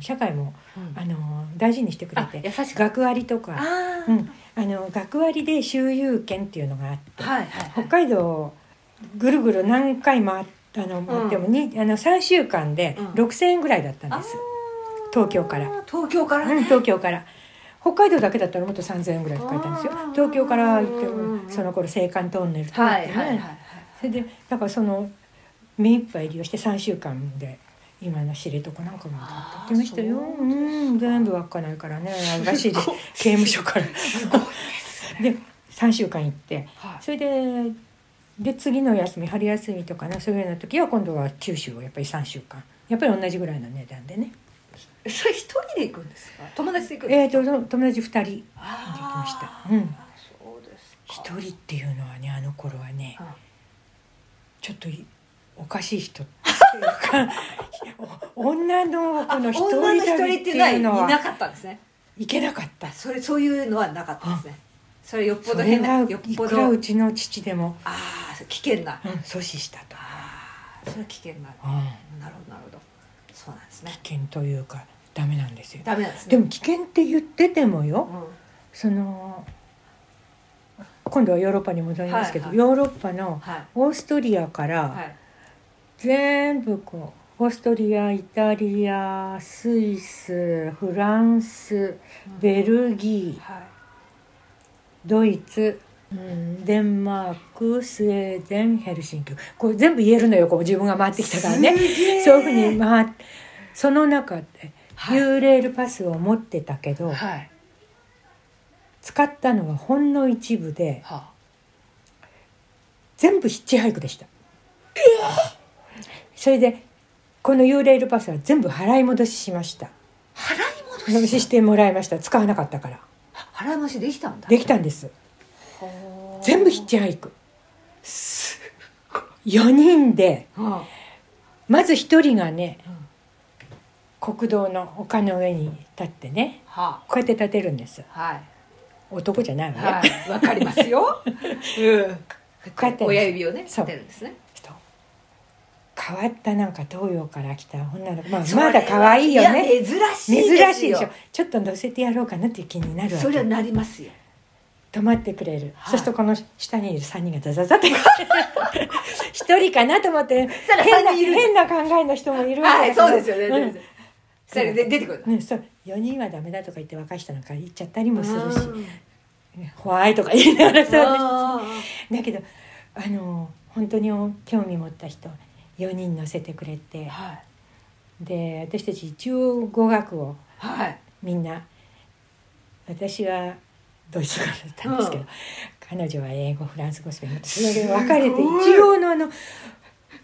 Speaker 3: 社会も、あのー大事にしてくれ
Speaker 5: あ
Speaker 3: て
Speaker 5: 優しく
Speaker 3: 学割とか
Speaker 5: あー
Speaker 3: うん、あの学割で周遊券っていうのがあって
Speaker 5: はいはい
Speaker 3: 北海道をぐるぐる何回もあったのも、でもにあの3週間で
Speaker 5: うん
Speaker 3: 6,000円ぐらいだったんです、東京から、
Speaker 4: 東京から
Speaker 3: うん、東京から北海道だけだったらもっと3,000円ぐらいかかったんですよ
Speaker 5: あー
Speaker 3: 東京から行って
Speaker 5: うんうん
Speaker 3: もその頃青函トンネル通ってね、
Speaker 5: はいはいはい
Speaker 3: それでだからその目いっぱい利用して3週間で今の知床なんかも行ってましたようん全部稚内からね 網走刑務所からで3週間行って
Speaker 5: はい
Speaker 3: それでで次の休み春休みとかねそういうような時は今度は九州をやっぱり3週間やっぱり同じぐらいの値段でね
Speaker 4: それ一人で行くんですか友達で行くんです
Speaker 3: えー、と友達2人で行きました
Speaker 4: あー
Speaker 3: うん
Speaker 4: そうですか
Speaker 3: 1人っていうのはねあの頃はね
Speaker 4: あ
Speaker 3: ちょっといおかしい人っていうかお女の子の一人
Speaker 4: 女の一人っ
Speaker 3: 旅ってて
Speaker 4: いうのはいいう
Speaker 3: の
Speaker 4: な
Speaker 3: は
Speaker 4: かったんですね
Speaker 3: いけなかった
Speaker 4: それそういうのはなかったですねそれよっぽ
Speaker 3: そ
Speaker 4: ど
Speaker 3: れ
Speaker 4: 変な
Speaker 3: が
Speaker 4: よっ
Speaker 3: い
Speaker 4: ぽ
Speaker 3: くら
Speaker 4: ど
Speaker 3: うちの父でも、
Speaker 4: ああ危険な
Speaker 3: うん、阻止したと、
Speaker 4: ああそれは危険な
Speaker 3: う
Speaker 4: なるほどなるほどそうなんです
Speaker 3: ん、
Speaker 4: ね
Speaker 3: 危険というかダメなんですよ
Speaker 4: ダメなんですね
Speaker 3: でも危険って言っててもよ、
Speaker 4: うん
Speaker 3: その今度はヨーロッパに戻りますけど、
Speaker 4: はい
Speaker 3: ヨーロッパの
Speaker 4: はい
Speaker 3: オーストリアから、
Speaker 4: はい
Speaker 3: 全部こうオーストリアイタリアスイスフランスベルギー
Speaker 4: はい
Speaker 3: ドイツ、うんデンマークスウェーデンヘルシンキこれ全部言えるのよこう自分が回ってきたからねそういうふうに回ってその中で、ユーレールパスを持ってたけど、
Speaker 5: はい
Speaker 3: 使ったのはほんの一部で
Speaker 5: は
Speaker 3: 全部ヒッチハイクでした。それでこのユーレールパスは全部払い戻ししました。
Speaker 4: 払い
Speaker 3: お戻ししてもらいました使わなかったから
Speaker 4: 払い戻しできたんだ
Speaker 3: できたんです全部ヒッチハイク4人で
Speaker 4: うん
Speaker 3: まず1人がね、国道の丘の上に立ってね
Speaker 4: は
Speaker 3: こうやって立てるんです
Speaker 4: あはい
Speaker 3: 男じゃないわよ、
Speaker 4: はい、わかります よ。
Speaker 3: こうやって
Speaker 4: 親指をね、
Speaker 3: そ
Speaker 4: 立
Speaker 3: う
Speaker 4: てるんですね。
Speaker 3: 変わったなんか東洋から来た女の子、まあ、まだ可愛いよね
Speaker 4: いや珍し
Speaker 3: 珍
Speaker 4: いですよ。
Speaker 3: しいでしょちょっと乗せてやろうかなっていう気になるわけ
Speaker 4: それはなりますよ。
Speaker 3: 止まってくれる、
Speaker 4: はい
Speaker 3: そしてこの下にいる3人がザザザって 一人かなと思って
Speaker 4: したら
Speaker 3: 変
Speaker 4: 三
Speaker 3: な
Speaker 4: 人いる
Speaker 3: 変な考えの人もいるわけ
Speaker 4: はいそうですよね
Speaker 3: うん
Speaker 4: そうです
Speaker 5: それで出てくる
Speaker 3: ね、そう4人はダメだとか言って若い人なんか言っちゃったりもするし「ホワイ」とか言いながらそうですだけどあの本当に興味持った人4人乗せてくれて、
Speaker 5: はい
Speaker 3: で私たち一応語学を
Speaker 5: はい
Speaker 3: みんな私はドイツ語だったんですけど、彼女は英語フランス語スペイン語それで分かれて一応のあの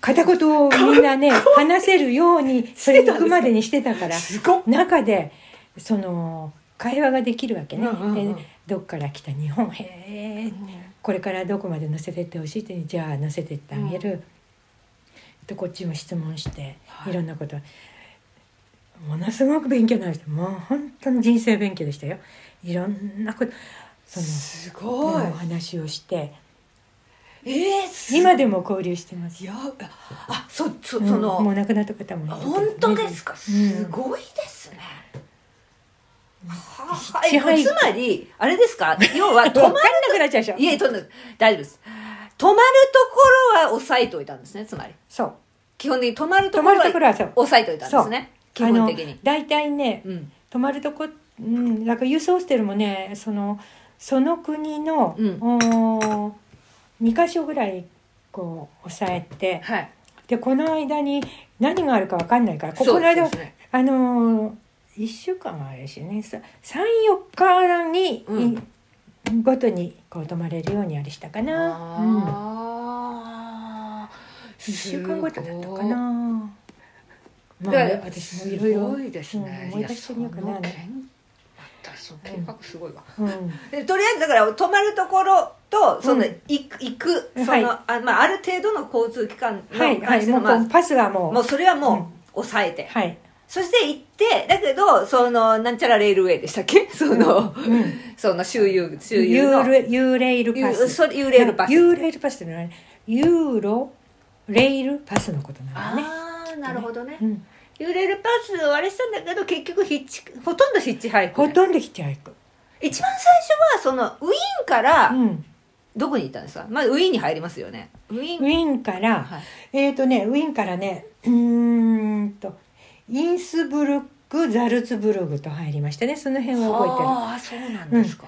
Speaker 3: 片言をみんなね話せるようにそれ行くまでにしてたから
Speaker 5: すごっ
Speaker 3: 中でその会話ができるわけね、
Speaker 5: うんうんうん
Speaker 3: でどっから来た日本へえこれからどこまで乗せてってほしいってじゃあ乗せてってあげる、とこっちも質問して、い、ろんなことものすごく勉強になりましたもう本当に人生勉強でしたよいろんなことその
Speaker 5: すごい
Speaker 3: お話をして
Speaker 5: ええす
Speaker 3: 今でも交流してます
Speaker 5: いやあそそそ
Speaker 3: うんも
Speaker 5: の
Speaker 3: う亡くなった方もいるけど
Speaker 5: 本当ですかすごいですねはは
Speaker 3: 一杯
Speaker 5: えつまりあれですか要は止ま
Speaker 3: 分かんなく なっちゃうでしょ
Speaker 5: いえとんでも大丈夫です止まるところは押さえておいたんですねつまり
Speaker 3: そう
Speaker 5: 基本的に止まると
Speaker 3: 泊
Speaker 5: こ
Speaker 3: ま
Speaker 5: ろ
Speaker 3: るところ
Speaker 5: は
Speaker 3: はそう
Speaker 5: 押さえておいたんですね基
Speaker 3: あ
Speaker 5: 本
Speaker 3: の
Speaker 5: 的に
Speaker 3: 大体ね、
Speaker 5: うん
Speaker 3: 泊まるとこ、うん、なんかユースホステルもねそのその国の、
Speaker 5: うん
Speaker 3: お2か所ぐらいこう押さえて
Speaker 5: はい
Speaker 3: でこの間に何があるか分かんないからこ
Speaker 5: そ
Speaker 3: こ
Speaker 5: う
Speaker 3: の間、
Speaker 5: そうですね
Speaker 3: あのー1週間はあれですよね34日に、いごとにこう泊まれるようにあれしたかな。うん
Speaker 5: あ
Speaker 3: 一週間ごとだったかな。
Speaker 5: だ
Speaker 3: まあ
Speaker 5: から、
Speaker 3: 私もいろいろ
Speaker 5: すごいですね。
Speaker 3: うん思い出してみようかな
Speaker 5: やその計画その計画すごいわ。
Speaker 3: うん、
Speaker 4: でとりあえずだから泊まるところとその
Speaker 3: うん
Speaker 4: 行く,、行くその、
Speaker 3: はい
Speaker 4: あまあ、ある程度の交通機関
Speaker 3: はい、
Speaker 4: の
Speaker 3: は
Speaker 4: 感
Speaker 3: い、
Speaker 4: じの、
Speaker 3: もうこう
Speaker 4: ま
Speaker 3: パスはも
Speaker 4: あ、
Speaker 3: う
Speaker 4: もうそれはもう、
Speaker 3: うん
Speaker 4: 抑えて
Speaker 3: はい、
Speaker 4: そして行ってだけどそのなんちゃらレールウェイでしたっけ その、その周遊周遊
Speaker 3: ユ
Speaker 4: の
Speaker 3: ーレユーレイル
Speaker 4: ユ
Speaker 3: パ
Speaker 4: ー
Speaker 3: ス
Speaker 4: それユーレールパス
Speaker 3: ユーレイルパスってのはねユーロレイルパスのことなのね
Speaker 4: ああなるほどね
Speaker 3: うん、
Speaker 4: ユーレールパスをあれしたんだけど結局ヒッチほとんどヒッチハイクね、
Speaker 3: ほとんどヒッチハイク、
Speaker 4: 一番最初はそのウィーンから、
Speaker 3: うん、
Speaker 4: どこに行ったんですかまあウィーンに入りますよねウィーン
Speaker 3: ウィーンから、
Speaker 4: はい
Speaker 3: えっ、とねウィーンからねうーんとインスブルクザルツブルグと入りましたねその辺を覚えてる
Speaker 5: ああ、そうなんですか。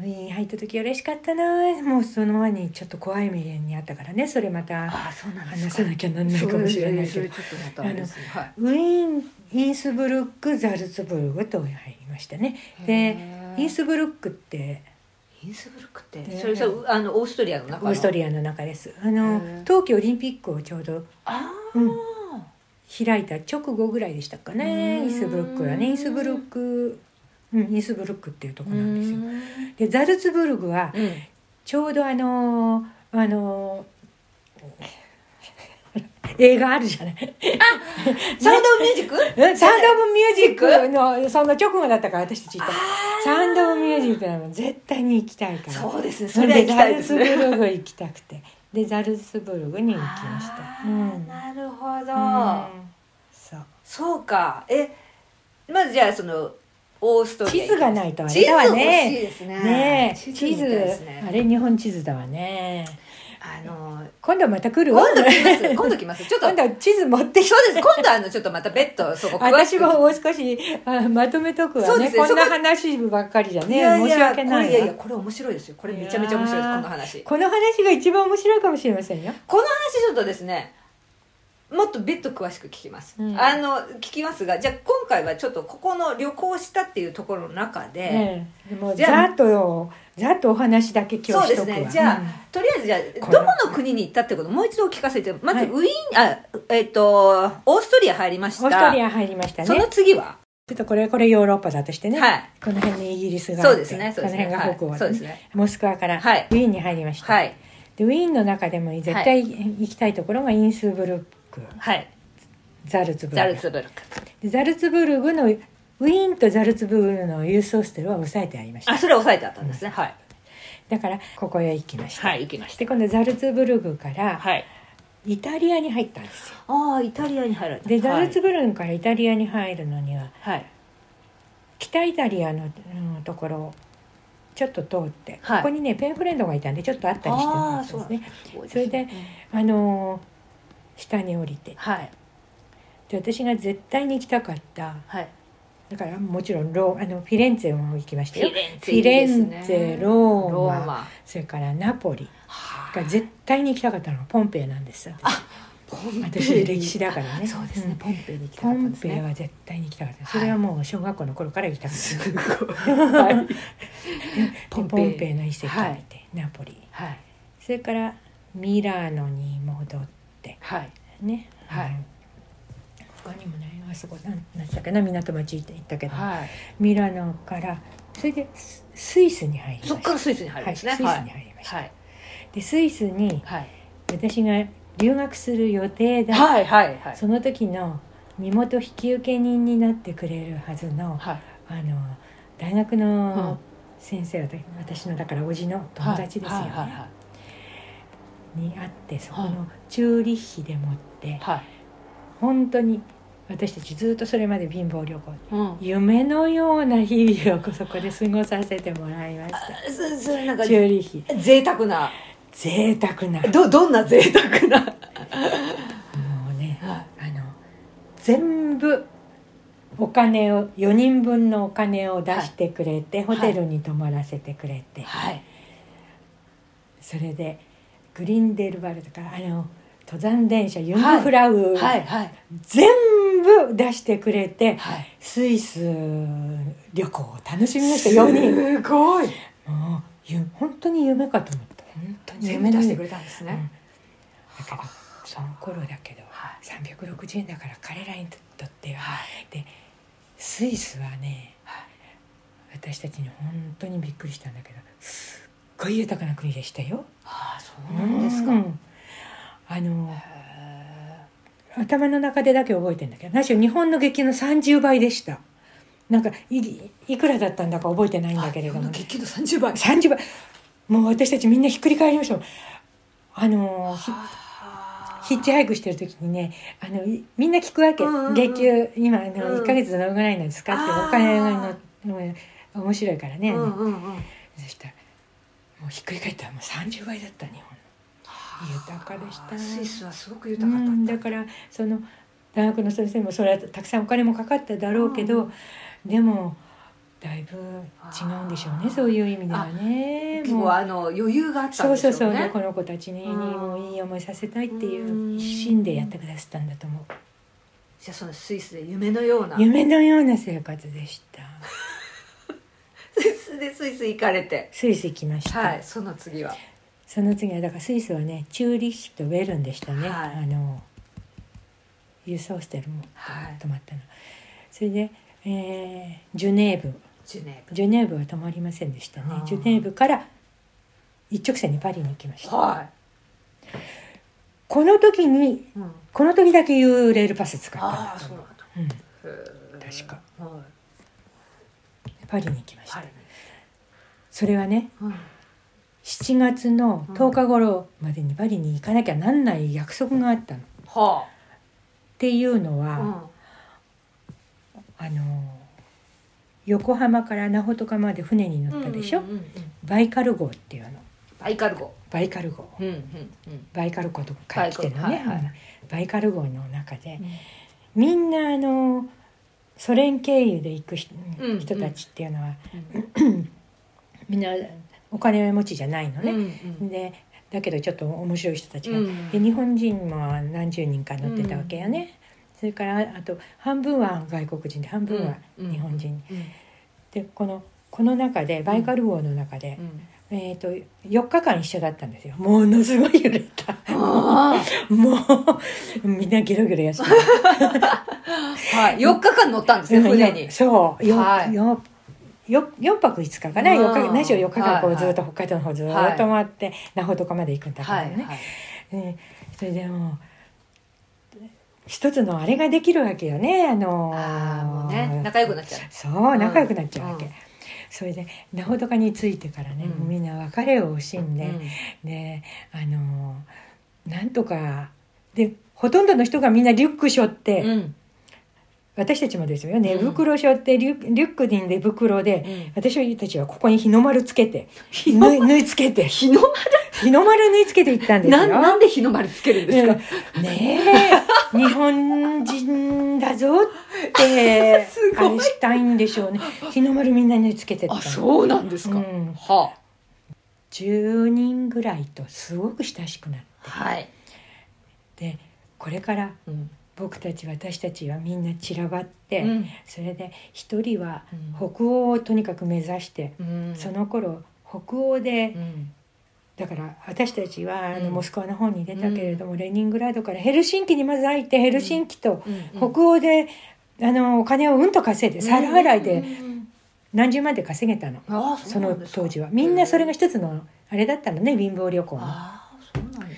Speaker 3: ウィーン入った時嬉しかったなもうその前にちょっと怖い目にあったからねそれまた
Speaker 5: ああ、そうなんですか。
Speaker 3: 話さなきゃなんないかもしれない
Speaker 5: そ
Speaker 3: けど
Speaker 5: れそれちょっとまたあれですね。はい。
Speaker 3: ウィーンインスブルクザルツブルグと入りましたねでインスブルクって
Speaker 4: インスブルクって
Speaker 3: ね
Speaker 4: それさあのオーストリアの中
Speaker 3: オ
Speaker 4: の
Speaker 3: ーストリアの中ですあの
Speaker 5: へえ
Speaker 3: 冬季オリンピックをちょうど、
Speaker 5: あ
Speaker 3: うん開いた直後ぐらいでしたかねインスブルクはねインスブルク、うん、インスブルクっていうとこなんですよでザルツブルグは
Speaker 5: うん
Speaker 3: ちょうどあのーあのー映画あるじゃない
Speaker 4: サウンドオブミュージック
Speaker 3: えサウンド・オブ・ミュージックのその直後だったから私たち行ったサウンド・オブ・ミュージックなの絶対に行きたいから
Speaker 4: そうですね
Speaker 3: そ
Speaker 4: それは
Speaker 3: れで
Speaker 4: 行きたいです
Speaker 3: ザル
Speaker 4: ね
Speaker 3: ツブルグ行きたくてでザルツブルグに行きましたうん
Speaker 4: なるほど、
Speaker 3: うんそう
Speaker 4: そうかえまずじゃあそのオーストリア
Speaker 3: 地図がないとあ
Speaker 4: 地
Speaker 3: れ
Speaker 4: 図
Speaker 3: だわ
Speaker 4: 欲しい
Speaker 3: ね
Speaker 4: ですね
Speaker 3: ねえ
Speaker 4: 地
Speaker 3: 地
Speaker 4: 図みた
Speaker 3: 図
Speaker 4: いですね
Speaker 3: あれ日本地図だわね
Speaker 4: あの
Speaker 3: 今度また来るわ
Speaker 4: 今度来ます今度来ますちょっと
Speaker 3: 今度地図持ってきて
Speaker 4: そうです今度あのちょっとまた別途そこ詳し
Speaker 3: 私
Speaker 4: く
Speaker 3: ももう少しあまとめとく
Speaker 4: そ
Speaker 3: わ
Speaker 4: うで
Speaker 3: ね
Speaker 4: すね
Speaker 3: こんな
Speaker 4: そこ
Speaker 3: 話ばっかりじゃ
Speaker 4: い
Speaker 3: ね
Speaker 4: やい
Speaker 3: 申し
Speaker 4: やこ
Speaker 3: 訳
Speaker 4: れ
Speaker 3: ない
Speaker 4: いやいや
Speaker 3: わ
Speaker 4: これ面白いですよこれめちゃめちゃ面白いで
Speaker 3: い
Speaker 4: す
Speaker 3: やー
Speaker 4: この話
Speaker 3: この話が一番面白いかもしれませんよ
Speaker 4: この話ちょっとですねもっと別途詳しく聞きます、
Speaker 3: うん
Speaker 4: あの聞きますがじゃあ今回はちょっとここの旅行したっていうところの中で、
Speaker 3: ええ、もう
Speaker 4: じゃ
Speaker 3: ざ
Speaker 4: あ
Speaker 3: っとざっとお話だけ
Speaker 4: そ
Speaker 3: 今
Speaker 4: う
Speaker 3: 日
Speaker 4: で
Speaker 3: しと
Speaker 4: す
Speaker 3: く
Speaker 4: ね
Speaker 3: わ
Speaker 4: じゃあ、
Speaker 3: うん
Speaker 4: とりあえずじゃあ
Speaker 3: これ
Speaker 4: どこの国に行ったってこともう一度聞かせてまず
Speaker 3: はい
Speaker 4: ウィーン、あえっ、とオーストリア入りました
Speaker 3: オーストリア入りましたね
Speaker 4: その
Speaker 3: ち
Speaker 4: 次は、
Speaker 3: ょっとこれこれヨーロッパだとしてね、
Speaker 4: はい
Speaker 3: この辺にイギリスがあって
Speaker 4: そうですねそうですね
Speaker 3: この辺が北欧、
Speaker 4: はいそうですね
Speaker 3: モスクワからウ
Speaker 4: はい
Speaker 3: ィーンに入りました、
Speaker 4: はい
Speaker 3: でウィーンの中でも絶対行きたいところがインスブルク
Speaker 4: はい
Speaker 3: ザルツブルク
Speaker 4: ザルツブルク
Speaker 3: でザルツブルグのウィーンとザルツブルグのユースホステルは抑えてありました
Speaker 4: あそれ押さえてあったんですねはい
Speaker 3: だからここへ行きました、
Speaker 4: はい行きました
Speaker 3: で今度ザルツブルグから
Speaker 4: はい
Speaker 3: イタリアに入ったんですよ
Speaker 4: ああイタリアに入られた
Speaker 3: でザルツブルグからイタリアに入るのには
Speaker 4: はい
Speaker 3: 北イタリアの、うんところをちょっと通って、
Speaker 4: はい
Speaker 3: ここにねペンフレンドがいたんでちょっとあったりして
Speaker 4: あ
Speaker 3: ま
Speaker 4: あ
Speaker 3: す
Speaker 4: そうなんで
Speaker 3: ですね
Speaker 4: すね
Speaker 3: それであのー下に降りて
Speaker 4: はい
Speaker 3: で私が絶対に行きたかった
Speaker 4: はい。
Speaker 3: だからもちろんローあのフィレンツェも行きましたよ
Speaker 4: フィレンツ
Speaker 3: フ
Speaker 4: ェいい
Speaker 3: ィレ
Speaker 4: で
Speaker 3: ン
Speaker 4: すね
Speaker 3: ツェロー
Speaker 4: ロ
Speaker 3: マ
Speaker 4: ーマ。
Speaker 3: それからナポリ
Speaker 4: は
Speaker 3: が絶対に行きたかったのがポンペイなんです私
Speaker 4: ポン
Speaker 3: 私歴史だからね
Speaker 4: そうですね。
Speaker 3: ん
Speaker 4: ポンペイに行きた
Speaker 3: ポ
Speaker 4: かったん
Speaker 3: ン
Speaker 4: です
Speaker 3: ペイ
Speaker 4: ね。
Speaker 3: は絶対に行きたかった、それはもう小学校の頃から行きたかった
Speaker 4: すごい。はい。
Speaker 3: ポンポンペイの遺跡を見て、ナポリ
Speaker 4: はい。
Speaker 3: それからミラーノに戻って
Speaker 4: はい。
Speaker 3: ね
Speaker 4: はい
Speaker 3: 他にもねあそこなんなんだっけな港町行ったけど、
Speaker 4: はい。
Speaker 3: ミラノからそれでススイスに入りました
Speaker 4: そっからスイスに入るんですね。
Speaker 3: はい、スイスに入りました、
Speaker 4: はい。
Speaker 3: でスイスに
Speaker 4: はい。
Speaker 3: 私が留学する予定だ、
Speaker 4: はい。はい。はい。
Speaker 3: その時の身元引受人になってくれるはずの
Speaker 4: はい。
Speaker 3: あの大学の先生、私のだからおじの友達ですよ
Speaker 4: は
Speaker 3: ね、
Speaker 4: い。はい。はい
Speaker 3: に会ってそこのチューリッヒでもって、
Speaker 4: はい。
Speaker 3: 本当に私たちずっとそれまで貧乏旅行
Speaker 4: うん。
Speaker 3: 夢のような日々をそこで過ごさせてもらいまし
Speaker 4: そそれなん
Speaker 3: た
Speaker 4: か
Speaker 3: チューリッヒ
Speaker 4: 贅沢な
Speaker 3: 贅沢な
Speaker 4: どどんな贅沢な。
Speaker 3: もうね
Speaker 4: は
Speaker 3: あの全部お金を4人分のお金を出してくれて、
Speaker 4: い
Speaker 3: ホテルに泊まらせてくれて、
Speaker 4: い。はい。
Speaker 3: それでグリンデルバルとかあの登山電車ユングフラウ、
Speaker 4: はい。はい。
Speaker 3: 全部出してくれて
Speaker 4: はい。
Speaker 3: スイス旅行を楽しみました4人
Speaker 4: すごい。
Speaker 3: もうゆ本当に夢かと思った
Speaker 4: 本当に全部出してくれたんですね。
Speaker 3: だけどその頃だけど、
Speaker 4: は
Speaker 3: 360円だから彼らにとっては
Speaker 4: は
Speaker 3: でスイスはね、
Speaker 4: はい
Speaker 3: 私たちに本当にびっくりしたんだけどすっごい豊かな国でしたよ。
Speaker 4: ああ、そうなんですか。
Speaker 3: うんあの頭の中でだけ覚えてんだけど何しろ日本の月給の30倍でしたなんかいいくらだったんだか覚えてないんだけれども、
Speaker 4: 結局三十倍。
Speaker 3: 30倍もう私たちみんなひっくり返りましたもんあのひヒッチハイクしてる時にねあのいみんな聞くわけ、
Speaker 4: うんうんうん
Speaker 3: 月給今あの、
Speaker 4: うん
Speaker 3: 1ヶ月どのぐらいなんですかって
Speaker 4: あー
Speaker 3: お金がのうん面白いからね、
Speaker 4: うんうんうん。
Speaker 3: そしたらもうひっくり返ったらもう30倍だった日本の豊かでした
Speaker 4: スイスはすごく
Speaker 3: う
Speaker 4: 豊かだった
Speaker 3: ん、だからその大学の先生もそれはたくさんお金もかかっただろうけど、でもだいぶ違うんでしょうねそういう意味ではね。
Speaker 4: 結
Speaker 3: もう
Speaker 4: 構あの余裕があったん
Speaker 3: そう
Speaker 4: でしょ
Speaker 3: そうう
Speaker 4: ね
Speaker 3: そうねこの子たちに
Speaker 4: うん
Speaker 3: もういい思いさせたいって
Speaker 4: う
Speaker 3: いうん一心でやってくださったんだと思う
Speaker 4: じゃあそのスイスで夢のような
Speaker 3: 夢のような生活でした
Speaker 4: スイスでスイス行かれて
Speaker 3: スイス行きました、
Speaker 4: はいその次は
Speaker 3: その次はだからスイスはねチューリッヒとウェルンでしたね、
Speaker 4: はい
Speaker 3: あの輸送ホステルも
Speaker 4: はい
Speaker 3: 泊まったの、それで、えージュネーブ
Speaker 4: ジュネー
Speaker 3: ジュネーブは泊まりませんでしたね
Speaker 4: あー
Speaker 3: ジュネーブから一直線にパリに行きまし
Speaker 4: ブ
Speaker 3: た
Speaker 4: は
Speaker 3: この時に
Speaker 4: い、うん、
Speaker 3: この時だけユーレールパス使ったん
Speaker 4: あ
Speaker 3: だ
Speaker 4: あ
Speaker 3: と
Speaker 4: そう
Speaker 3: 思
Speaker 4: な
Speaker 3: うん
Speaker 4: だ
Speaker 3: うん
Speaker 4: へえ
Speaker 3: 確か
Speaker 4: はい
Speaker 3: パリに行きました、
Speaker 4: はい
Speaker 3: それはね
Speaker 4: うん
Speaker 3: 7月の10日頃までにパリに行かなきゃなんない約束があったの。っ
Speaker 4: は
Speaker 3: ていうの
Speaker 4: あ、うん
Speaker 3: は、あの横浜から那覇とかまで船に乗ったでしょ、
Speaker 4: うんうんうん
Speaker 3: バイカル号っていうの
Speaker 4: バイカル号
Speaker 3: バイカル号
Speaker 4: うんうんうん
Speaker 3: バイカル号とか来てるの
Speaker 4: バイ
Speaker 3: ね
Speaker 4: カル号はいはい
Speaker 3: バイカル号の中で
Speaker 4: うん、
Speaker 3: みんなあのソ連経由で行く人,、
Speaker 4: うん
Speaker 3: 人たちっていうのは
Speaker 4: うん
Speaker 3: みんなお金持ちじゃないのね、
Speaker 4: うん
Speaker 3: でだけどちょっと面白い人たちが、
Speaker 4: うん
Speaker 3: で日本人も何十人か乗ってたわけよね、それからあと半分は外国人で半分は日本人、
Speaker 4: うん
Speaker 3: でこのこの中でバイカル号の中で、
Speaker 4: うん
Speaker 3: えー、と4日間一緒だったんですよものすごい揺れた
Speaker 4: あ
Speaker 3: もうみんなゲロゲロやしてた
Speaker 4: あはい四日間乗ったんですね船に
Speaker 3: そうよ、
Speaker 4: はい
Speaker 3: よよ4泊5日かな
Speaker 4: うん
Speaker 3: 4日何しろ4日間
Speaker 4: は
Speaker 3: こう
Speaker 4: いは
Speaker 3: ず
Speaker 4: い
Speaker 3: っと北海道の方ずっと回って、那覇とかまで行くんだか
Speaker 4: は
Speaker 3: ら
Speaker 4: い
Speaker 3: ね、
Speaker 4: はい
Speaker 3: でそれでもう一つのあれができるわけよねあの
Speaker 4: ああもうね仲良くなっちゃう
Speaker 3: そう
Speaker 4: うん
Speaker 3: 仲良くなっちゃうわけ、
Speaker 4: うん
Speaker 3: それでなほとかに着いてからね、
Speaker 4: うん
Speaker 3: もうみんな別れを惜しんで、
Speaker 4: うん
Speaker 3: であのなんとかでほとんどの人がみんなリュック背負って、
Speaker 4: うん
Speaker 3: 私たちもですよ寝袋症ってリュ,、リュックに寝袋で、私たちはここに日の丸つけて縫い縫いつけて
Speaker 4: 日の丸
Speaker 3: 日の丸縫いつけていったんです
Speaker 4: な
Speaker 3: よ。
Speaker 4: んなんで日の丸つけるんですか、
Speaker 3: うんねえ日本人だぞっ て
Speaker 4: す
Speaker 3: あ
Speaker 4: ごい
Speaker 3: れしたいんでしょうね日の丸みんなにつけてった
Speaker 4: あそうなんですか、
Speaker 3: うん
Speaker 4: は
Speaker 3: 10人ぐらいとすごく親しくなっ
Speaker 4: あはい、
Speaker 3: てこれから
Speaker 4: うん
Speaker 3: 僕たち私たちはみんな散らばって、
Speaker 4: うん
Speaker 3: それで一人は
Speaker 4: うん
Speaker 3: 北欧をとにかく目指して、
Speaker 4: うん
Speaker 3: その頃北欧で、
Speaker 4: うん
Speaker 3: だから私たちはあの
Speaker 4: うん
Speaker 3: モスクワの方に出たけれども、レニングラードからヘルシンキにまず入ってヘルシンキと
Speaker 4: うん
Speaker 3: 北欧で、あのお金をうんと稼いで皿洗いで何十万で稼げたの、
Speaker 4: ああそ
Speaker 3: そう
Speaker 4: な
Speaker 3: の
Speaker 4: んですか
Speaker 3: 当時はみんなそれが一つのあれだったのね貧乏旅行のバ
Speaker 4: ああそうなん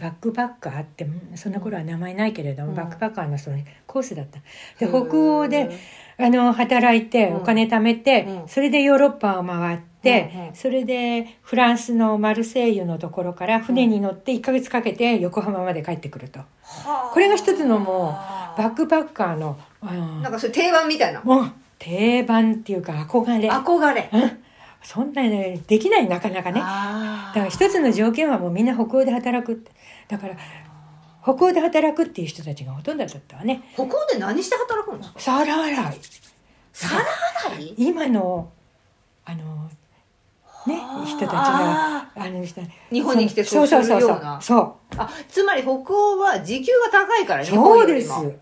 Speaker 4: だ
Speaker 3: ックパッカーってその頃は名前ないけれども、
Speaker 4: うん
Speaker 3: バックパッカーのそのコースだった
Speaker 4: へ
Speaker 3: で
Speaker 4: ー
Speaker 3: 北欧であの働いて
Speaker 4: うん
Speaker 3: お金貯めて、
Speaker 4: うん
Speaker 3: それでヨーロッパを回っ
Speaker 4: う
Speaker 3: て、
Speaker 4: んうん
Speaker 3: それでフランスのマルセイユのところから船に乗って1ヶ月かけて横浜まで帰ってくると、これが一つのもうバックパッカーのあの
Speaker 4: なんかそれ定番みたいな
Speaker 3: もう定番っていうか憧れ
Speaker 4: 憧れ
Speaker 3: そんなねできないなかなかね
Speaker 4: あ
Speaker 3: だから一つの条件はもうみんな北欧で働くってだから北欧で働くっていう人たちがほとんどだったわね
Speaker 4: ー北欧で何して働くんですか
Speaker 3: 皿洗い
Speaker 4: 皿洗い
Speaker 3: 今のあのね人たちが
Speaker 4: あ
Speaker 3: あの人
Speaker 4: 日本に来て
Speaker 3: そ
Speaker 4: そう
Speaker 3: う
Speaker 4: するよう
Speaker 3: そ
Speaker 4: な
Speaker 3: うそう
Speaker 4: ーあつまり北欧は時給が高いから
Speaker 3: そうそうです
Speaker 4: そ
Speaker 3: それ
Speaker 4: れ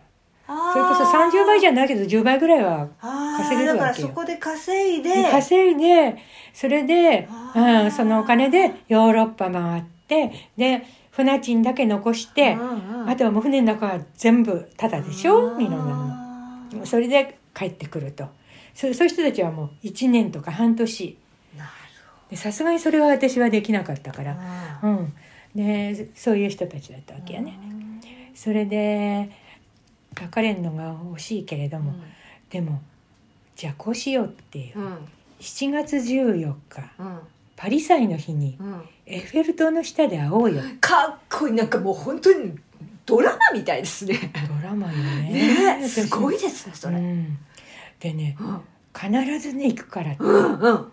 Speaker 3: こそ30倍じゃないけど10倍ぐらいは
Speaker 4: 稼
Speaker 3: 稼げるわけよ
Speaker 4: だからそこで稼いで
Speaker 3: 稼いでそれで、
Speaker 4: あ
Speaker 3: う
Speaker 4: ー
Speaker 3: ん、そのお金でヨーロッパ回ってで船賃だけ残して
Speaker 4: うんうん
Speaker 3: あとはもう船の中は全部タダでしょいろんなもの。
Speaker 4: あ
Speaker 3: それで帰ってくるとそそういう人たちはもう1年とか半年
Speaker 4: なる
Speaker 3: でさすがにそれは私はできなかったから、
Speaker 4: ー
Speaker 3: うん、でそういう人たちだったわけやね、それで書かれるのが欲しいけれども、でもじゃあこうしようっていう、
Speaker 4: うんうん
Speaker 3: 7月14日
Speaker 4: うん
Speaker 3: パリ祭の日に
Speaker 4: うん
Speaker 3: エッフェル塔の下で会おうよ
Speaker 4: かっこいいなんかもう本当にドラマみたいですね
Speaker 3: ドラマよね
Speaker 4: ねえすごい
Speaker 3: 私
Speaker 4: ですねそれ、
Speaker 3: うん、でね
Speaker 4: うん
Speaker 3: 必ずね行くからって
Speaker 4: うんうん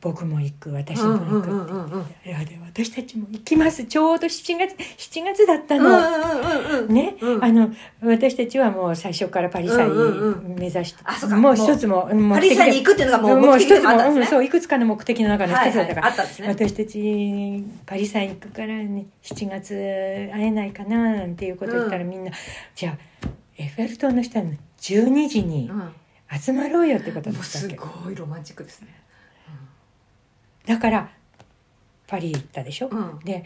Speaker 3: 僕も行く私
Speaker 4: うん
Speaker 3: も
Speaker 4: うん
Speaker 3: 行く、
Speaker 4: うんうんうん
Speaker 3: いやで私たちも行きますちょうど7月7月だった
Speaker 4: うん
Speaker 3: の、
Speaker 4: うんうん
Speaker 3: ね、
Speaker 4: うん
Speaker 3: あの私たちはもう最初からパリ祭
Speaker 4: うんうんう
Speaker 3: 目指して、
Speaker 4: あそうか
Speaker 3: もう一つももう
Speaker 4: パリサに行くっていうのがもう
Speaker 3: もう
Speaker 4: 目的
Speaker 3: 一
Speaker 4: で
Speaker 3: つ
Speaker 4: もあった
Speaker 3: も、
Speaker 4: ん
Speaker 3: う
Speaker 4: で
Speaker 3: ん
Speaker 4: すね
Speaker 3: そういくつかの目的の中の
Speaker 4: は
Speaker 3: 一
Speaker 4: い
Speaker 3: つだったから、
Speaker 4: はいあったんですね
Speaker 3: 私たちパリさん行くから、ね、7月会えないかななんていうこと言った
Speaker 4: う
Speaker 3: ら、みんなじゃあエッフェル塔の下の12時に
Speaker 4: うんも
Speaker 3: 集まろうよってことだ
Speaker 4: う
Speaker 3: った
Speaker 4: す
Speaker 3: っけ、
Speaker 4: ごいロマンチックですね
Speaker 3: だからパリ行ったでしょ、
Speaker 4: うん
Speaker 3: で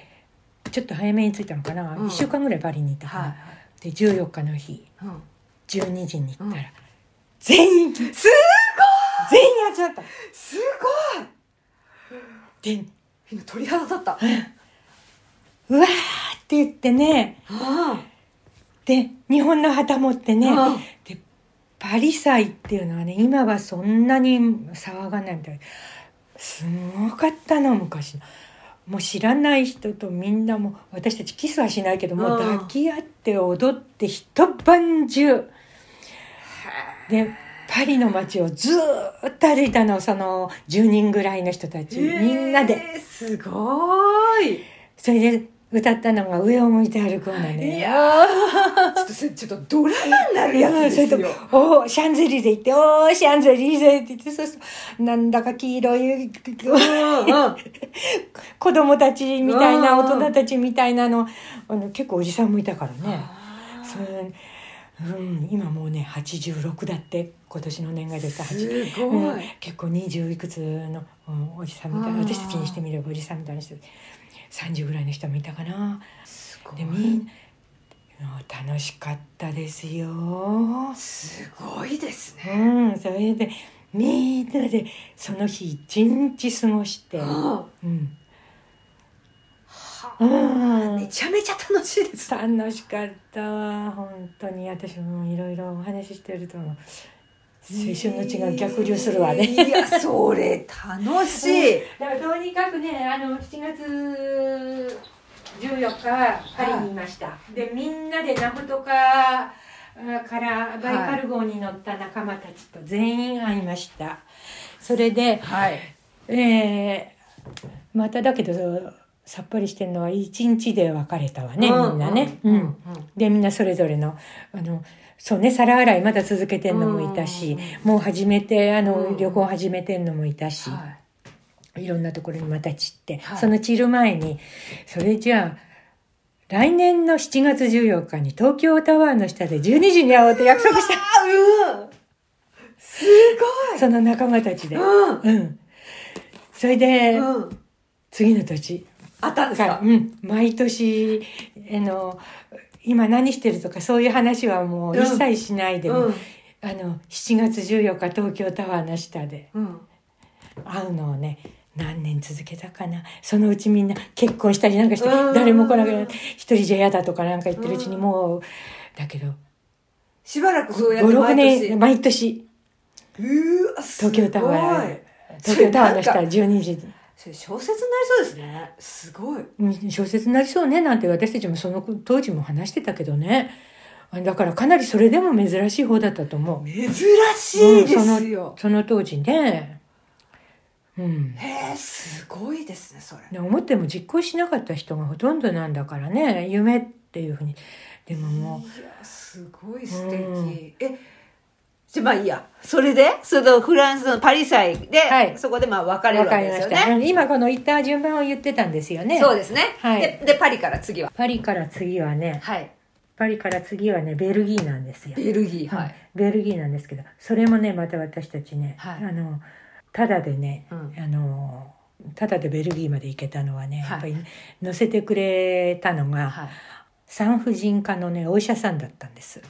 Speaker 3: ちょっと早めに着いたのかな、
Speaker 4: うん
Speaker 3: 1週間ぐらいパリにいたから、
Speaker 4: はい
Speaker 3: で14日の日
Speaker 4: うん
Speaker 3: 12時に行ったら、
Speaker 4: うん
Speaker 3: 全員すごい全員集まった
Speaker 4: すごい
Speaker 3: で
Speaker 4: 今鳥肌立った
Speaker 3: うわーって言ってね
Speaker 4: あ
Speaker 3: で日本の旗持ってね、
Speaker 4: うん
Speaker 3: でパリ祭っていうのはね今はそんなに騒がないみたいすごかったの昔のもう知らない人とみんなもう私たちキスはしないけどもう
Speaker 4: うん
Speaker 3: 抱き合って踊って一晩中でパリの街をずーっと歩いたのその10人ぐらいの人たち、みんなで
Speaker 4: えーすごい
Speaker 3: それで歌ったのが「上を向いて歩こう」なのよ
Speaker 4: いやーちょっとそれちょっとドラマになるやつです
Speaker 3: うん
Speaker 4: よ
Speaker 3: それとおーシャンゼリゼ行って、おーシャンゼリゼって言って、そうすると、なんだか黄色い、
Speaker 4: うん うん
Speaker 3: 子供たちみたいな、大人たちみたいなの、あの結構おじさんもいたからね。そううん、今もうね86だって今年の年賀です
Speaker 4: すごい
Speaker 3: うん、結構20いくつの、うんおじさんみたいな
Speaker 4: うん
Speaker 3: 私たちにしてみればおじさんみたいな人30ぐらいの人もいたかな
Speaker 4: すご
Speaker 3: で
Speaker 4: い
Speaker 3: みんなうん楽しかったですよ
Speaker 4: すごいですね
Speaker 3: うん、それでみんなでその日一日過ごして、
Speaker 4: うん
Speaker 3: うん、
Speaker 4: めちゃめちゃ楽しいです
Speaker 3: 楽しかったわ本当に私もいろいろお話ししてると青春の血が逆流するわね。
Speaker 4: いやそれ楽しい、
Speaker 3: だからとにかくねあの7月14日はパリにいました、でみんなでナフとかからバイカル号に乗った仲間たちと全員会いました、それで、
Speaker 5: はい。
Speaker 3: えーまただけどさっぱりしてるのは一日で別れたわね、みんなね、うんでみんなそれぞれのあのそうね皿洗いまだ続けてんのもいたし、もう始めてあの、旅行始めてんのもいたし、、
Speaker 5: はい
Speaker 3: ろんなところにまた散って、その散る前にそれじゃあ来年の7月14日に東京タワーの下で12時に会おうと約束した。その仲間たちで。うん。それで、次の年
Speaker 5: あったんです
Speaker 3: か、
Speaker 5: から
Speaker 3: うん。毎年、あの、今何してるとかそういう話はもう一切しないでも、あの、7月14日東京タワーの下で
Speaker 5: うん。
Speaker 3: 会うのをね、何年続けたかな。そのうちみんな結婚したりなんかして、誰も来なくなって、一人じゃ嫌だとかなんか言ってるうちにもう、だけど、
Speaker 5: しばらくそうや
Speaker 3: 5、
Speaker 5: って
Speaker 3: 6
Speaker 5: 毎年。
Speaker 3: 年、毎年、
Speaker 5: うーわ、すご
Speaker 3: 東
Speaker 5: い
Speaker 3: 京タワー、東京タワーの下12時に。
Speaker 5: それ小説になりそうですね。すごい。
Speaker 3: うん小説になりそうねなんて私たちもその当時も話してたけどねあだからかなりそれでも珍しい方だったと思う
Speaker 5: 珍しいで
Speaker 3: うん
Speaker 5: す
Speaker 3: その
Speaker 5: よ。
Speaker 3: その当時ねうん
Speaker 5: へえ、すごいですね、それ。
Speaker 3: で思っても実行しなかった人がほとんどなんだからね夢っていうふうにでもも
Speaker 5: いや、すごい素
Speaker 3: うん
Speaker 5: 敵。え、
Speaker 4: じゃまあいいやそれでそのフランスのパリ祭で、
Speaker 3: はい
Speaker 4: そこでまあ別
Speaker 3: う
Speaker 4: れるわ
Speaker 3: わか
Speaker 4: けで
Speaker 3: りますし
Speaker 4: よ
Speaker 3: た、
Speaker 4: ね
Speaker 3: うん今この言った順番を言ってたんですよね
Speaker 4: そうですね、
Speaker 3: はい
Speaker 4: ででパリから次は
Speaker 3: パリから次はね
Speaker 4: はい
Speaker 3: パリから次はねベルギーなんですよ
Speaker 5: ベルギー、は
Speaker 3: はい
Speaker 5: い。、
Speaker 3: ベルギーなんですけどそれもねまた私たちね、
Speaker 5: はい
Speaker 3: あのただでね、
Speaker 5: うん
Speaker 3: あのただでベルギーまで行けたのはね、
Speaker 5: はい
Speaker 3: やっぱり乗せてくれたのが、
Speaker 5: はい。
Speaker 3: 産婦人科のねお医者さんだったんです。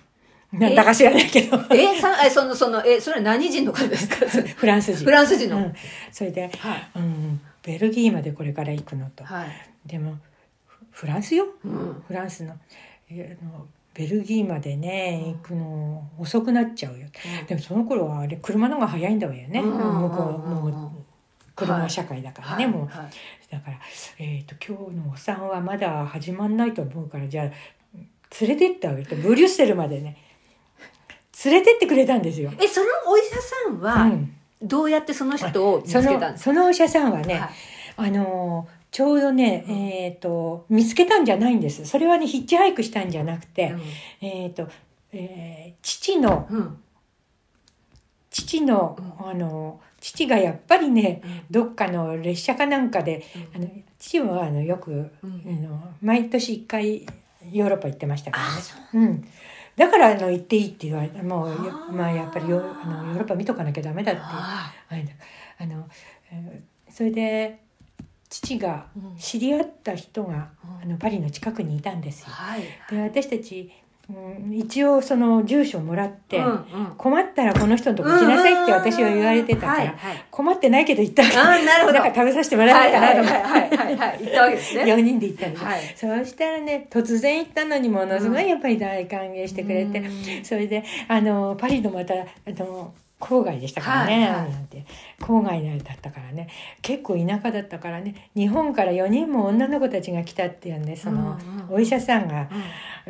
Speaker 3: なんだか知らないけど
Speaker 5: え、さ、え、その、その、え、それは何人の方ですか
Speaker 3: フランス人。
Speaker 5: フランス人の。
Speaker 3: うんそれで、
Speaker 5: はい。
Speaker 3: うん、ベルギーまでこれから行くのと、
Speaker 5: はい。
Speaker 3: でもフフランスよ、
Speaker 5: うん。
Speaker 3: フランスのえーあのベルギーまでね行くの遅くなっちゃうよ、でもその頃はあれ車の方が早いんだわよね、
Speaker 5: うん
Speaker 3: 向こう
Speaker 5: うんうん
Speaker 3: もう車社会だからね、
Speaker 5: はい
Speaker 3: も
Speaker 5: は
Speaker 3: う
Speaker 5: い
Speaker 3: だから、えーと「今日のお産はまだ始まんないと思うからじゃあ連れてってあげてブリュッセルまでね連れてってくれたんですよ。
Speaker 5: え、そのお医者さん
Speaker 3: う
Speaker 5: は、
Speaker 3: ん、
Speaker 5: どうやってその人を見つ
Speaker 3: そ
Speaker 5: けたん
Speaker 3: の
Speaker 5: です
Speaker 3: そのお医者さんは
Speaker 5: か
Speaker 3: ね、
Speaker 5: はい
Speaker 3: あのーちょうどね、えっ、と見つけたんじゃないんですそれはねヒッチハイクしたんじゃなくて、えっ、と、えー父の
Speaker 5: うん。うん。
Speaker 3: 父の、あの父がやっぱりね、どっかの列車かなんかで、あの父はあのよく、あの毎年1回ヨーロッパ行ってましたからね。うんだからあの行っていいって言われたもうよまあやっぱりヨあのヨーロッパ見とかなきゃダメだって
Speaker 5: あ
Speaker 3: はい、あの、えーそれで父が
Speaker 5: うん
Speaker 3: 知り合った人が、
Speaker 5: うん
Speaker 3: あのパリの近くにいたんですよ
Speaker 5: あ。。はい。
Speaker 3: で私たち、うん、一応その住所をもらって、
Speaker 5: うんうん。
Speaker 3: 困ったらこの人のとこ来なさいって私は言われてたから、
Speaker 5: はいはい
Speaker 3: 困ってないけど行ったから
Speaker 5: あーなるほど
Speaker 3: だから食べさせてもらえないかなと思って。
Speaker 5: はいはいはい。行ったわけです ね。
Speaker 3: 4人で行ったんです、
Speaker 5: はい
Speaker 3: そうしたらね突然行ったのにものすごいやっぱり大歓迎してくれて、
Speaker 5: うん
Speaker 3: それであのパリのまたあの郊外でしたからね、
Speaker 5: はいはい
Speaker 3: なんて郊外だったからね結構田舎だったからね日本から4人も女の子たちが来たっていうんでその、
Speaker 5: うんうん
Speaker 3: お医者さんが、あ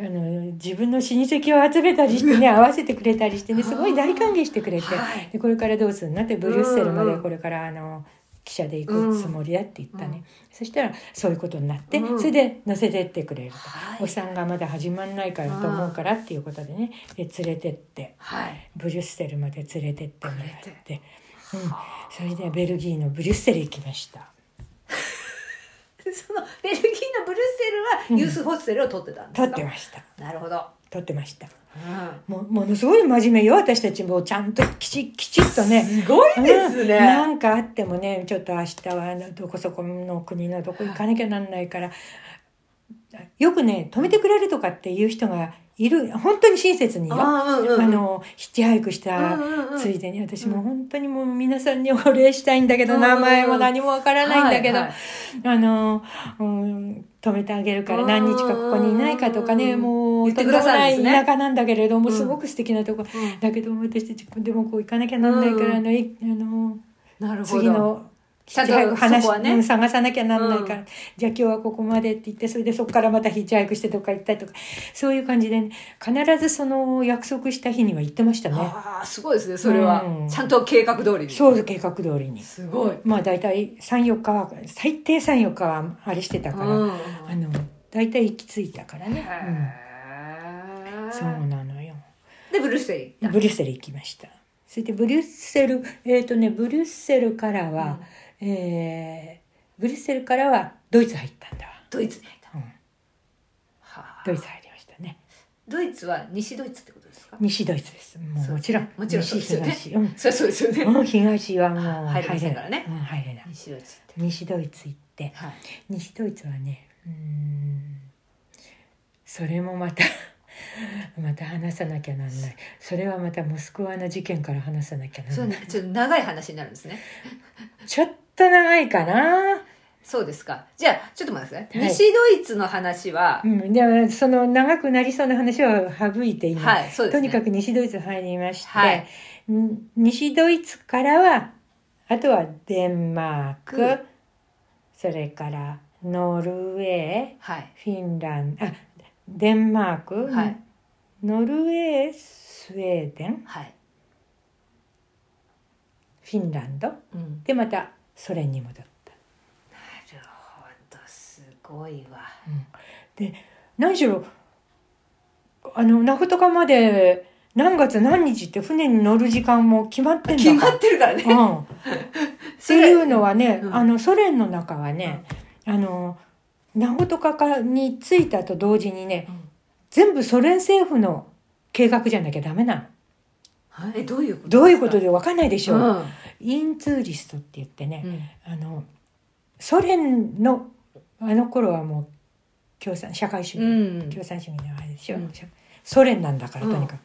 Speaker 3: の自分の親戚を集めたりして ね、会わせてくれたりしてねすごい大歓迎してくれて、
Speaker 5: はい
Speaker 3: でこれからどうするなってブリュッセルま
Speaker 5: うん
Speaker 3: で
Speaker 5: うん
Speaker 3: これからあの汽車で行くつもりだって言ったね、そしたらそういうことになって、
Speaker 5: うん
Speaker 3: それで乗せてってくれると、
Speaker 5: はい
Speaker 3: お産がまだ始まんないからと思うからっていうことでねで連れてって
Speaker 5: はい。
Speaker 3: ブリュッセルまで連れてってもらっ
Speaker 5: 連
Speaker 3: て、うん、それでベルギーのブリュッセル行きました。
Speaker 5: そのベルギーのブルッセルはユースホステルを取ってたんで
Speaker 3: 撮
Speaker 5: す
Speaker 3: っ
Speaker 5: か。
Speaker 3: てました
Speaker 5: なるほど。
Speaker 3: 撮ってました
Speaker 5: うん
Speaker 3: もうものすごい真面目よ私たちもちゃんときちきちっとね
Speaker 5: すごいです
Speaker 3: うん
Speaker 5: ね。
Speaker 3: なんかあってもねちょっと明日はあのどこそこの国のどこ行かなきゃなんないから、よくね止めてくれるとかっていう人がいる本当に親切によ。
Speaker 5: あーうんうん
Speaker 3: あのヒッチハイクし
Speaker 5: うんうんう
Speaker 3: た
Speaker 5: ん
Speaker 3: ついでに私も本当にもう皆さんにお礼したいんだけど、
Speaker 5: うんうんう
Speaker 3: 名
Speaker 5: ん
Speaker 3: 前も何もわからないんだけど、
Speaker 5: はいはい
Speaker 3: あの、うん、止めてあげるから
Speaker 5: うん
Speaker 3: 何日かここにいないかとかね、
Speaker 5: うん
Speaker 3: もう
Speaker 5: 言ってくださるんですね
Speaker 3: とんでもない田舎なんだけれども、
Speaker 5: うん
Speaker 3: すごく素敵なとこ、
Speaker 5: ん
Speaker 3: だけど私たちでもこう行かなきゃなんないから、
Speaker 5: うん
Speaker 3: あのいあの
Speaker 5: なるほど。
Speaker 3: 次の
Speaker 4: ちゃんと
Speaker 3: ヒッチハイク話
Speaker 4: そこはね
Speaker 3: うん探さなきゃなんないから、じゃあ今日はここまでって言ってそれでそこからまたヒッチハイクしてどっか行ったりとかそういう感じで、ね、必ずその約束した日には行ってましたね
Speaker 4: ああすごいですねそれは、
Speaker 3: うん
Speaker 4: ちゃんと計画通りに
Speaker 3: そう計画通りに
Speaker 4: すごい、
Speaker 3: まあ大体34日は最低34日はあれしてたから、
Speaker 4: うん
Speaker 3: あの大体行き着いたからね、
Speaker 4: へ
Speaker 3: うん、
Speaker 4: ー
Speaker 3: そうなのよ
Speaker 4: でブルースリー
Speaker 3: ブリュッセル行きましたそれでブリュッセルえっ、とねブリュッセルからは、えーブリュッセルからはドイツ入ったんだわ
Speaker 4: ドイツに入った、
Speaker 3: うん
Speaker 4: はあ
Speaker 3: ドイツ入りましたね
Speaker 4: ドイツは西ドイツってことですか
Speaker 3: 西ドイツですもう
Speaker 4: そう
Speaker 3: もちろん
Speaker 4: もちろんそう
Speaker 3: 西
Speaker 4: ですよね
Speaker 3: 東、う
Speaker 4: そ
Speaker 3: ん
Speaker 4: りゃそうですよね、
Speaker 3: うん、東はもう
Speaker 4: 入れません
Speaker 3: な
Speaker 4: から
Speaker 3: い
Speaker 4: ね
Speaker 3: うん、入れない
Speaker 4: 西ドイツって
Speaker 3: 西ドイツ行って
Speaker 4: はい
Speaker 3: 西ドイツはねうーんそれもまた また話さなきゃなんないそれはまたモスクワの事件から話さなきゃな
Speaker 4: そ
Speaker 3: ん
Speaker 4: う
Speaker 3: ない
Speaker 4: ねちょっと長い話になるんですね
Speaker 3: ちょっと長いかな
Speaker 4: そうですかじゃあちょっと待ってください、
Speaker 3: はい
Speaker 4: 西ドイツの話は、
Speaker 3: うん、でもその長くなりそうな話を省いて今、
Speaker 4: はいそうです
Speaker 3: と
Speaker 4: ね
Speaker 3: にかく西ドイツ入りまして、
Speaker 4: はい
Speaker 3: ん西ドイツからはあとはデンマーク、
Speaker 4: うん
Speaker 3: それからノルウェー
Speaker 4: はい
Speaker 3: フィンランドあデンマーク、
Speaker 4: はい
Speaker 3: ノルウェースウェーデン
Speaker 4: はい、
Speaker 3: フィンランド
Speaker 4: うん、
Speaker 3: でまたソ連に戻った
Speaker 4: なるほどすごいわ
Speaker 3: 何しろあのナフトカまで何月何日って船に乗る時間も決まってんだ
Speaker 4: 決
Speaker 3: から
Speaker 4: まってるからね
Speaker 3: うん、っていうのはね、
Speaker 4: うん
Speaker 3: あのソ連の中はね、あのナホトカかに着いたと同時にね、
Speaker 4: うん
Speaker 3: 全部ソ連政府の計画じゃなきゃダメなの。
Speaker 4: えどういうこと
Speaker 3: どういうことでわかんないでしょう、
Speaker 4: うん
Speaker 3: インツーリストって言ってね
Speaker 4: う、ん
Speaker 3: あのソ連のあの頃はもう共産社会主義、
Speaker 4: うん
Speaker 3: 共産主義のあれでしょ、
Speaker 4: うん
Speaker 3: ソ連なんだからとにかく、
Speaker 4: う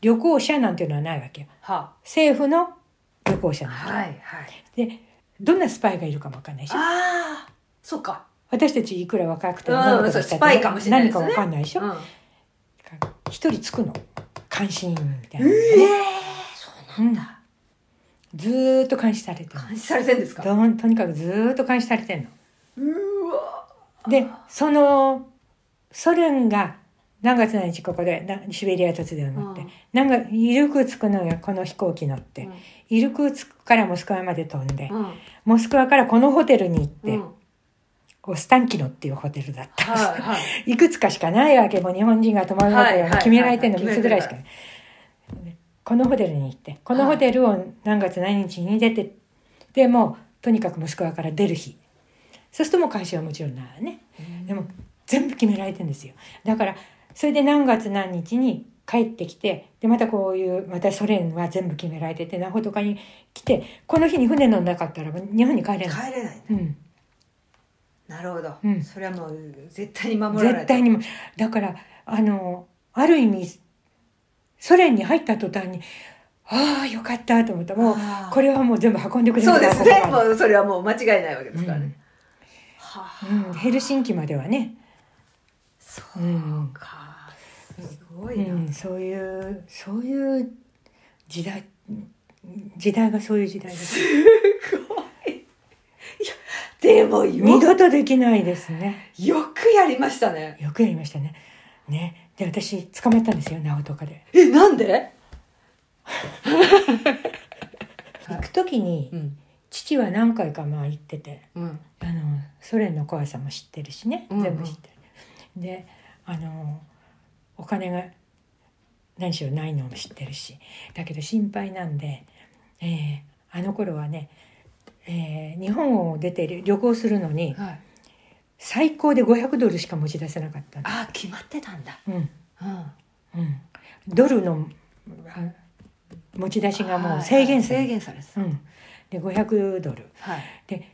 Speaker 3: 旅行者なんていうのはないわけよ
Speaker 4: は
Speaker 3: 政府の旅行者な
Speaker 4: あ
Speaker 3: んだ、
Speaker 4: はいはい
Speaker 3: でどんなスパイがいるかもわかんないし
Speaker 4: ああそうか
Speaker 3: 私たちいくら若くて
Speaker 4: う
Speaker 3: も
Speaker 4: ん
Speaker 3: 何のことした
Speaker 4: そうスパイかもしれない
Speaker 3: 何
Speaker 4: です
Speaker 3: か
Speaker 4: ね
Speaker 3: わかんないでしょ
Speaker 4: うん
Speaker 3: 一、人つくの監視員みたいな、そうなんだ、ずーっと監視されてる
Speaker 4: 監視されてんですか
Speaker 3: どんとにかくずーっと監視されてんの
Speaker 4: うわ
Speaker 3: でそのソ連が何月何日ここでなシベリア突然乗って、
Speaker 4: うん
Speaker 3: なんかイルクーツクのこの飛行機乗って、
Speaker 4: うん
Speaker 3: イルクーツクからモスクワまで飛んで、
Speaker 4: うん
Speaker 3: モスクワからこのホテルに行って、
Speaker 4: うん
Speaker 3: オスタンキノっていうホテルだったんです、
Speaker 4: はいはい
Speaker 3: いくつかしかないわけもう日本人が泊まるホテル
Speaker 4: はい
Speaker 3: は
Speaker 4: はい
Speaker 3: 決められてるの
Speaker 4: はいはい
Speaker 3: 3つぐらいしかない、このホテルに行ってこのホテルを何月何日に出て、でもうとにかくモスクワから出る日そうするともう会社はもちろんならね、でも全部決められてるんですよだからそれで何月何日に帰ってきてでまたこういうまたソ連は全部決められててナホとかに来てこの日に船乗んなかったら日本に帰れない、
Speaker 4: 帰れない
Speaker 3: うん、
Speaker 4: なるほど、
Speaker 3: うん
Speaker 4: それはもう絶対に守らない
Speaker 3: 絶対にもだからあのある意味ソ連に入った途端にああよかったと思ったもう
Speaker 4: あー
Speaker 3: これはもう全部運んでくれる
Speaker 4: そうですね
Speaker 3: ここ
Speaker 4: も
Speaker 3: ま
Speaker 4: うそれはもう間違いないわけで
Speaker 3: です
Speaker 4: からね、
Speaker 3: う
Speaker 4: はあ
Speaker 3: んうんヘルシンキまではね、
Speaker 4: そう
Speaker 3: うん
Speaker 4: かすご
Speaker 3: う
Speaker 4: いな、
Speaker 3: ん、そういうそういう時代時代がそういう時代です
Speaker 4: でも
Speaker 3: 二
Speaker 4: よ
Speaker 3: 度とできないですね
Speaker 4: よくやりましたね
Speaker 3: よくやりましたねねで私捕まったんですよナオとかで
Speaker 4: えなんで、
Speaker 3: 行く時に
Speaker 4: ん
Speaker 3: 父は何回かまあ行ってて、
Speaker 4: うん、
Speaker 3: あのソ連の怖さも知ってるしね
Speaker 4: うんうん
Speaker 3: 全部知ってる、であのお金が何しろないのも知ってるしだけど心配なんで、えーあの頃はね、えー日本を出て旅行するのに
Speaker 4: はい、
Speaker 3: 最高で500ドルしか持ち出せなかったの
Speaker 4: ああ決まってたんだ、
Speaker 3: うん
Speaker 4: うん、
Speaker 3: うん、ドルのあ持ち出しがもう制限され
Speaker 4: 制限
Speaker 3: る、
Speaker 4: されてた、
Speaker 3: うん、で500ドル
Speaker 4: はい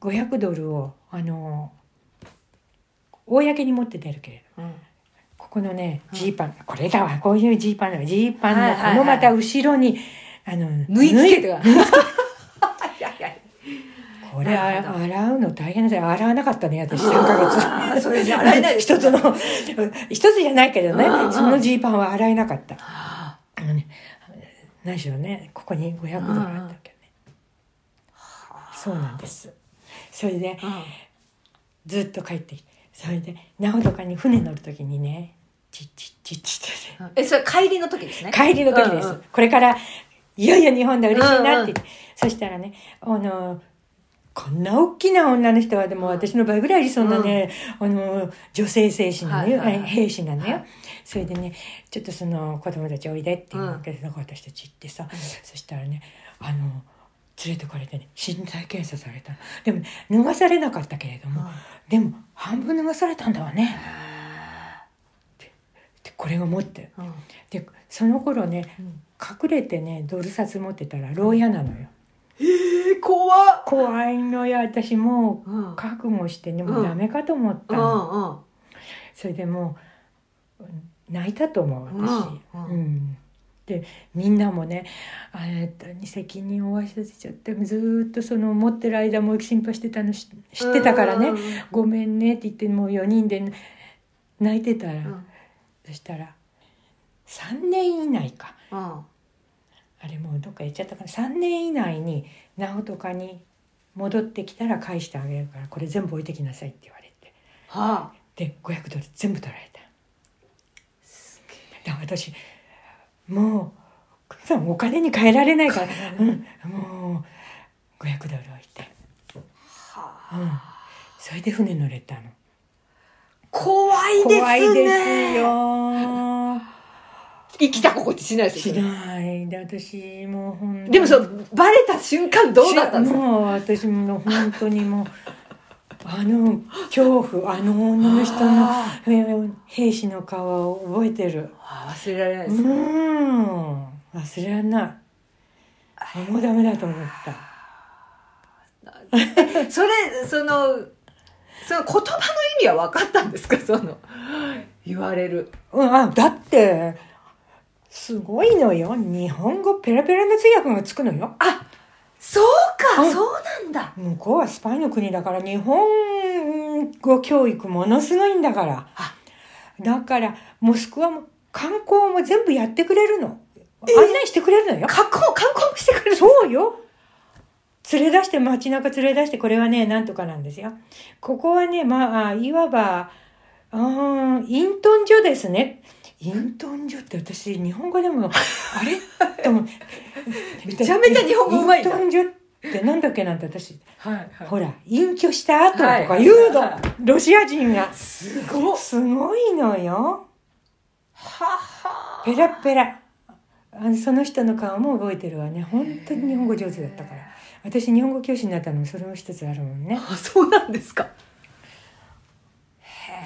Speaker 3: 500ドルをあの公に持って出るけれど
Speaker 4: うん
Speaker 3: ここのね
Speaker 4: うん
Speaker 3: ジーパン、これだわこういうジーパンのジーパン
Speaker 4: はい
Speaker 3: の
Speaker 4: はいはい
Speaker 3: このまた後ろに、あの
Speaker 4: 縫い付けて
Speaker 3: 縫
Speaker 4: が
Speaker 3: い
Speaker 4: いやいや
Speaker 3: これ
Speaker 4: なるほ
Speaker 3: あ洗うの大変だよ洗わなかったね私3ヶ
Speaker 4: あーそれじゃ
Speaker 3: 月
Speaker 4: 洗えないです
Speaker 3: 一つの一つじゃないけどね
Speaker 4: うんうん
Speaker 3: そのジーパンは洗えなかった
Speaker 4: は
Speaker 3: あのね何しろねここに500ドルあったわけどね
Speaker 4: あ
Speaker 3: そうなんですそれで、ずっと帰ってきてそれで直とかに船乗る時にねチッチッチッチッって、
Speaker 4: えそれ帰りの時ですね
Speaker 3: 帰りの時です、
Speaker 4: うんう
Speaker 3: これからいよいよ日本だ嬉しいなって言って、そしたらねあのこんな大きな女の人はでも私の倍ぐらいいそうなね、あの女性兵士なのよ、
Speaker 4: はいはいはい
Speaker 3: あ兵士なのよ、それでねちょっとその子供たちおいでって言うわけで、私たち行ってさ、そしたらねあの連れてかれてね身体検査されたのでもね脱がされなかったけれども、でも半分脱がされたんだわね。ででこれを持って、でその頃ね、隠れてねドル札持ってたら牢屋なのよ。
Speaker 4: え怖っ
Speaker 3: 怖いのよ私も
Speaker 4: うんうん
Speaker 3: う覚悟してねもうダメかと思ったの、
Speaker 4: うん
Speaker 3: それでもう泣いたと思う私、
Speaker 4: うん
Speaker 3: うんでみんなもねあえっとに責任を負わせちゃってずーっとその持ってる間も心配してたのし知ってたからね、
Speaker 4: うん
Speaker 3: ごめんねって言ってもう4人で泣いてたら、そしたら3年以内か
Speaker 4: うん
Speaker 3: あれもうどっか行っちゃったから3年以内に直とかに戻ってきたら返してあげるからこれ全部置いてきなさいって言われて
Speaker 4: はあ
Speaker 3: で500ドル全部取られただから私もうさお金に換えられないから、うん、もう500ドル置いて、うん、それで船乗れたの
Speaker 4: 怖いですね
Speaker 3: 怖いです よ
Speaker 4: 生きた心地しないです
Speaker 3: し
Speaker 4: よね
Speaker 3: ないで私もうほんと
Speaker 4: でもそうバレた瞬間どうだったんですか
Speaker 3: もう私も本当にもうあの恐怖あの女の人のえー兵士の顔を覚えてる
Speaker 4: ああ忘れられないうです
Speaker 3: ん忘れられないもうダメだと思った
Speaker 4: それそのその言葉の意味は分かったんですか その言われる
Speaker 3: うんあだってすごいのよ日本語ペラペラの通訳がつくのよ
Speaker 4: そうか
Speaker 3: うん
Speaker 4: そうなんだ
Speaker 3: 向こうはスパイの国だから日本語教育ものすごいんだからだからモスクワも観光も全部やってくれるの案内してくれるのよ
Speaker 4: 観光観光もしてくれる
Speaker 3: そうよ連れ出して街中連れ出してこれはねなんとかなんですよここはねまああいわばうーんイントン所ですねイントン所って私日本語でもあれでもめ
Speaker 4: ちゃめちゃ日本語うまい
Speaker 3: イン
Speaker 4: な
Speaker 3: トン所ってなんだっけなんて私
Speaker 4: はいはい
Speaker 3: ほら、隠居した後とか
Speaker 4: はい
Speaker 3: 言う の、
Speaker 4: は
Speaker 3: ロシア人が。
Speaker 4: すごっ
Speaker 3: すごいのよ。
Speaker 4: はは
Speaker 3: ペラペラ。あのその人の顔も覚えてるわね。本当に日本語上手だったから。私、日本語教師になったのもそれも一つあるもんね。
Speaker 4: あそうなんですか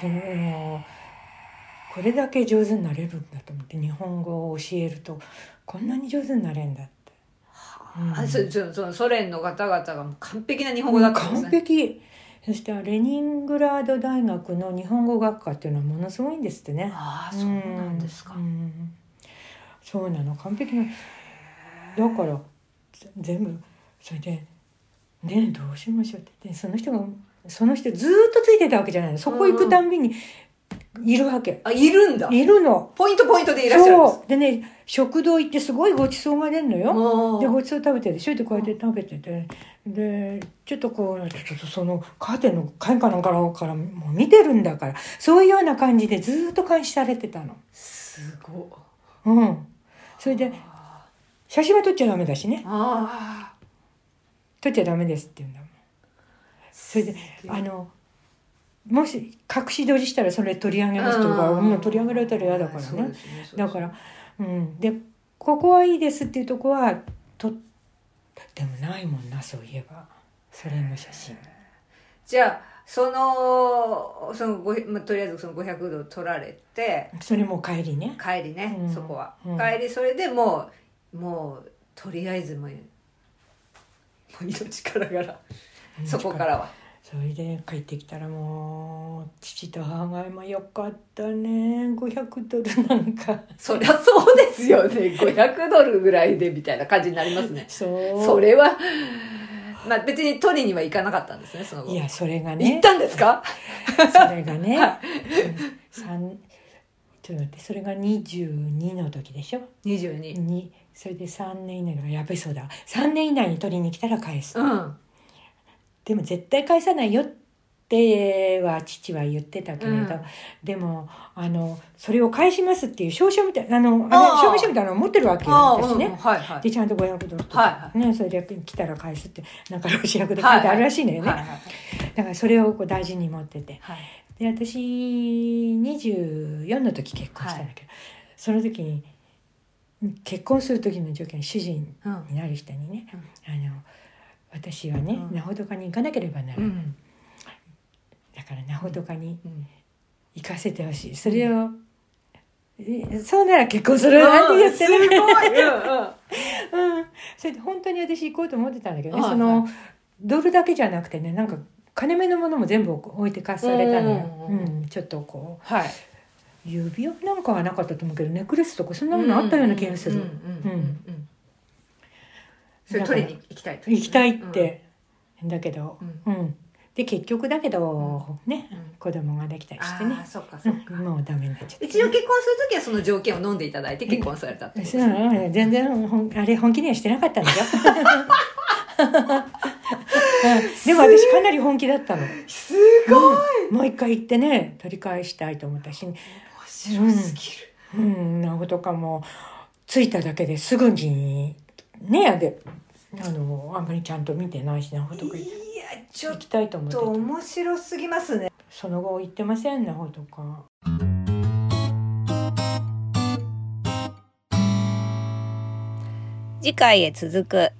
Speaker 3: でもこれだけ上手になれるんだと思って、日本語を教えると、こんなに上手になれるんだって。うん
Speaker 4: あそそそのソ連の方々がもう完璧な日本語だったんです
Speaker 3: 完
Speaker 4: ね
Speaker 3: 璧。そして、レニングラード大学の日本語学科っていうのはものすごいんですってね。
Speaker 4: ああそうなんですか、
Speaker 3: うんうんそうなの完璧なだからぜ全部それで「ねえどうしましょう」って言ってその人がその人ずーっとついてたわけじゃないのそこ行くたんびにいるわけ、
Speaker 4: あいるんだ
Speaker 3: いるの
Speaker 4: ポイントポイントでいらっしゃるんです
Speaker 3: そうでね食堂行ってすごいごちそうが出るのよ、
Speaker 4: おー
Speaker 3: でごちそう食べてるでしょでこうやって食べててでちょっとこうちょっとそのカーテンの階かなんかのからもう見てるんだからそういうような感じでずーっと監視されてたの
Speaker 4: すごっ
Speaker 3: うんそれで写真は撮っちゃダメだしね
Speaker 4: ああ
Speaker 3: 撮っちゃダメですって言うんだもんそれであのもし隠し撮りしたらそれ取り上げますとか
Speaker 4: うん
Speaker 3: もう取り上げられたら嫌だから
Speaker 4: そう
Speaker 3: ね
Speaker 4: ですねそうですね
Speaker 3: だからうんでここはいいですっていうとこは撮っでもないもんなそういえばそれの写真
Speaker 4: じゃあそのそのご、まあ、とりあえずその500ドル取られて
Speaker 3: それもう帰りね
Speaker 4: 帰りね、
Speaker 3: うん
Speaker 4: そこは、
Speaker 3: うん
Speaker 4: 帰りそれでもうもうとりあえずもうもう命からがらそこからは
Speaker 3: それで帰ってきたらもう父と母がまあよかったね500ドルなんか
Speaker 4: そりゃそうですよね500ドルぐらいでみたいな感じになりますね
Speaker 3: そう
Speaker 4: それはまあ別に取りには行かなかったんですねその後
Speaker 3: いやそれが
Speaker 4: 行
Speaker 3: ね
Speaker 4: ったんですか
Speaker 3: それがね、三ちょっと待ってそれが22の時でしょ
Speaker 4: 22
Speaker 3: にそれで3年以内だからやべそうだ3年以内に取りに来たら返す、
Speaker 4: うん
Speaker 3: でも絶対返さないよっては父は言ってたけれど、
Speaker 5: うん
Speaker 3: でもあのそれを返しますっていう証書みたいなあの
Speaker 5: ああ
Speaker 3: あ証明書みたいなの持ってるわけよ私
Speaker 5: うん
Speaker 3: ね。
Speaker 5: うんはいはい
Speaker 3: でちゃんと500ドルとか、
Speaker 5: はいは
Speaker 3: ね、それで来たら返すってなんかロシア語で書いてあるらしいのよね、
Speaker 5: はいはい
Speaker 3: だからそれをこう大事に持ってて
Speaker 5: はい
Speaker 3: で私24の時結婚したんだけど、その時に結婚する時の条件主人になる人にね、あの私はね、
Speaker 5: うん
Speaker 3: なほどかに行かなければなら
Speaker 5: う
Speaker 3: ない、
Speaker 5: ん
Speaker 3: だからなほどかに
Speaker 5: うん
Speaker 3: 行かせてほしいそれを、えそうなら結婚するなんて言ってね、うん、それで本当に私行こうと思ってたんだけどね、
Speaker 5: はい
Speaker 3: そのドルだけじゃなくてねなんか金目のものも全部置いてかされたのよ、
Speaker 5: うんうんうん
Speaker 3: うんちょっとこ
Speaker 5: はい。
Speaker 3: う指輪なんかはなかったと思うけどネックレスとかそんなものあったような気がする、
Speaker 5: うんうんうんうんそれ
Speaker 3: だから
Speaker 5: 取りに行きたいと。
Speaker 3: 行きたいって、だけど、
Speaker 5: う
Speaker 3: うんで結局だけど、ね
Speaker 5: うん
Speaker 3: 子供ができたりして
Speaker 5: ああ、
Speaker 3: ね、
Speaker 5: そっかそっか
Speaker 3: うん、。もうダメになっちゃった。
Speaker 5: 一度結婚するときはその条件を飲んでいただいて結婚されたってこと
Speaker 3: そううん全然ほんあれ本気にはしてな かったんだようんでも私かなり本気だったの
Speaker 5: すごい
Speaker 3: もう一回行ってね取り返したいと思ったし、
Speaker 5: 面白すぎる。
Speaker 3: うん、なことかも着いただけですぐにねであのあんまりちゃんと見てないしなほとか
Speaker 4: いやちょ
Speaker 3: 行
Speaker 4: っ
Speaker 3: きたいと思
Speaker 4: と
Speaker 3: ってた
Speaker 4: 面白すぎますね
Speaker 3: その後行ってませんなほとか
Speaker 1: 次回へ続く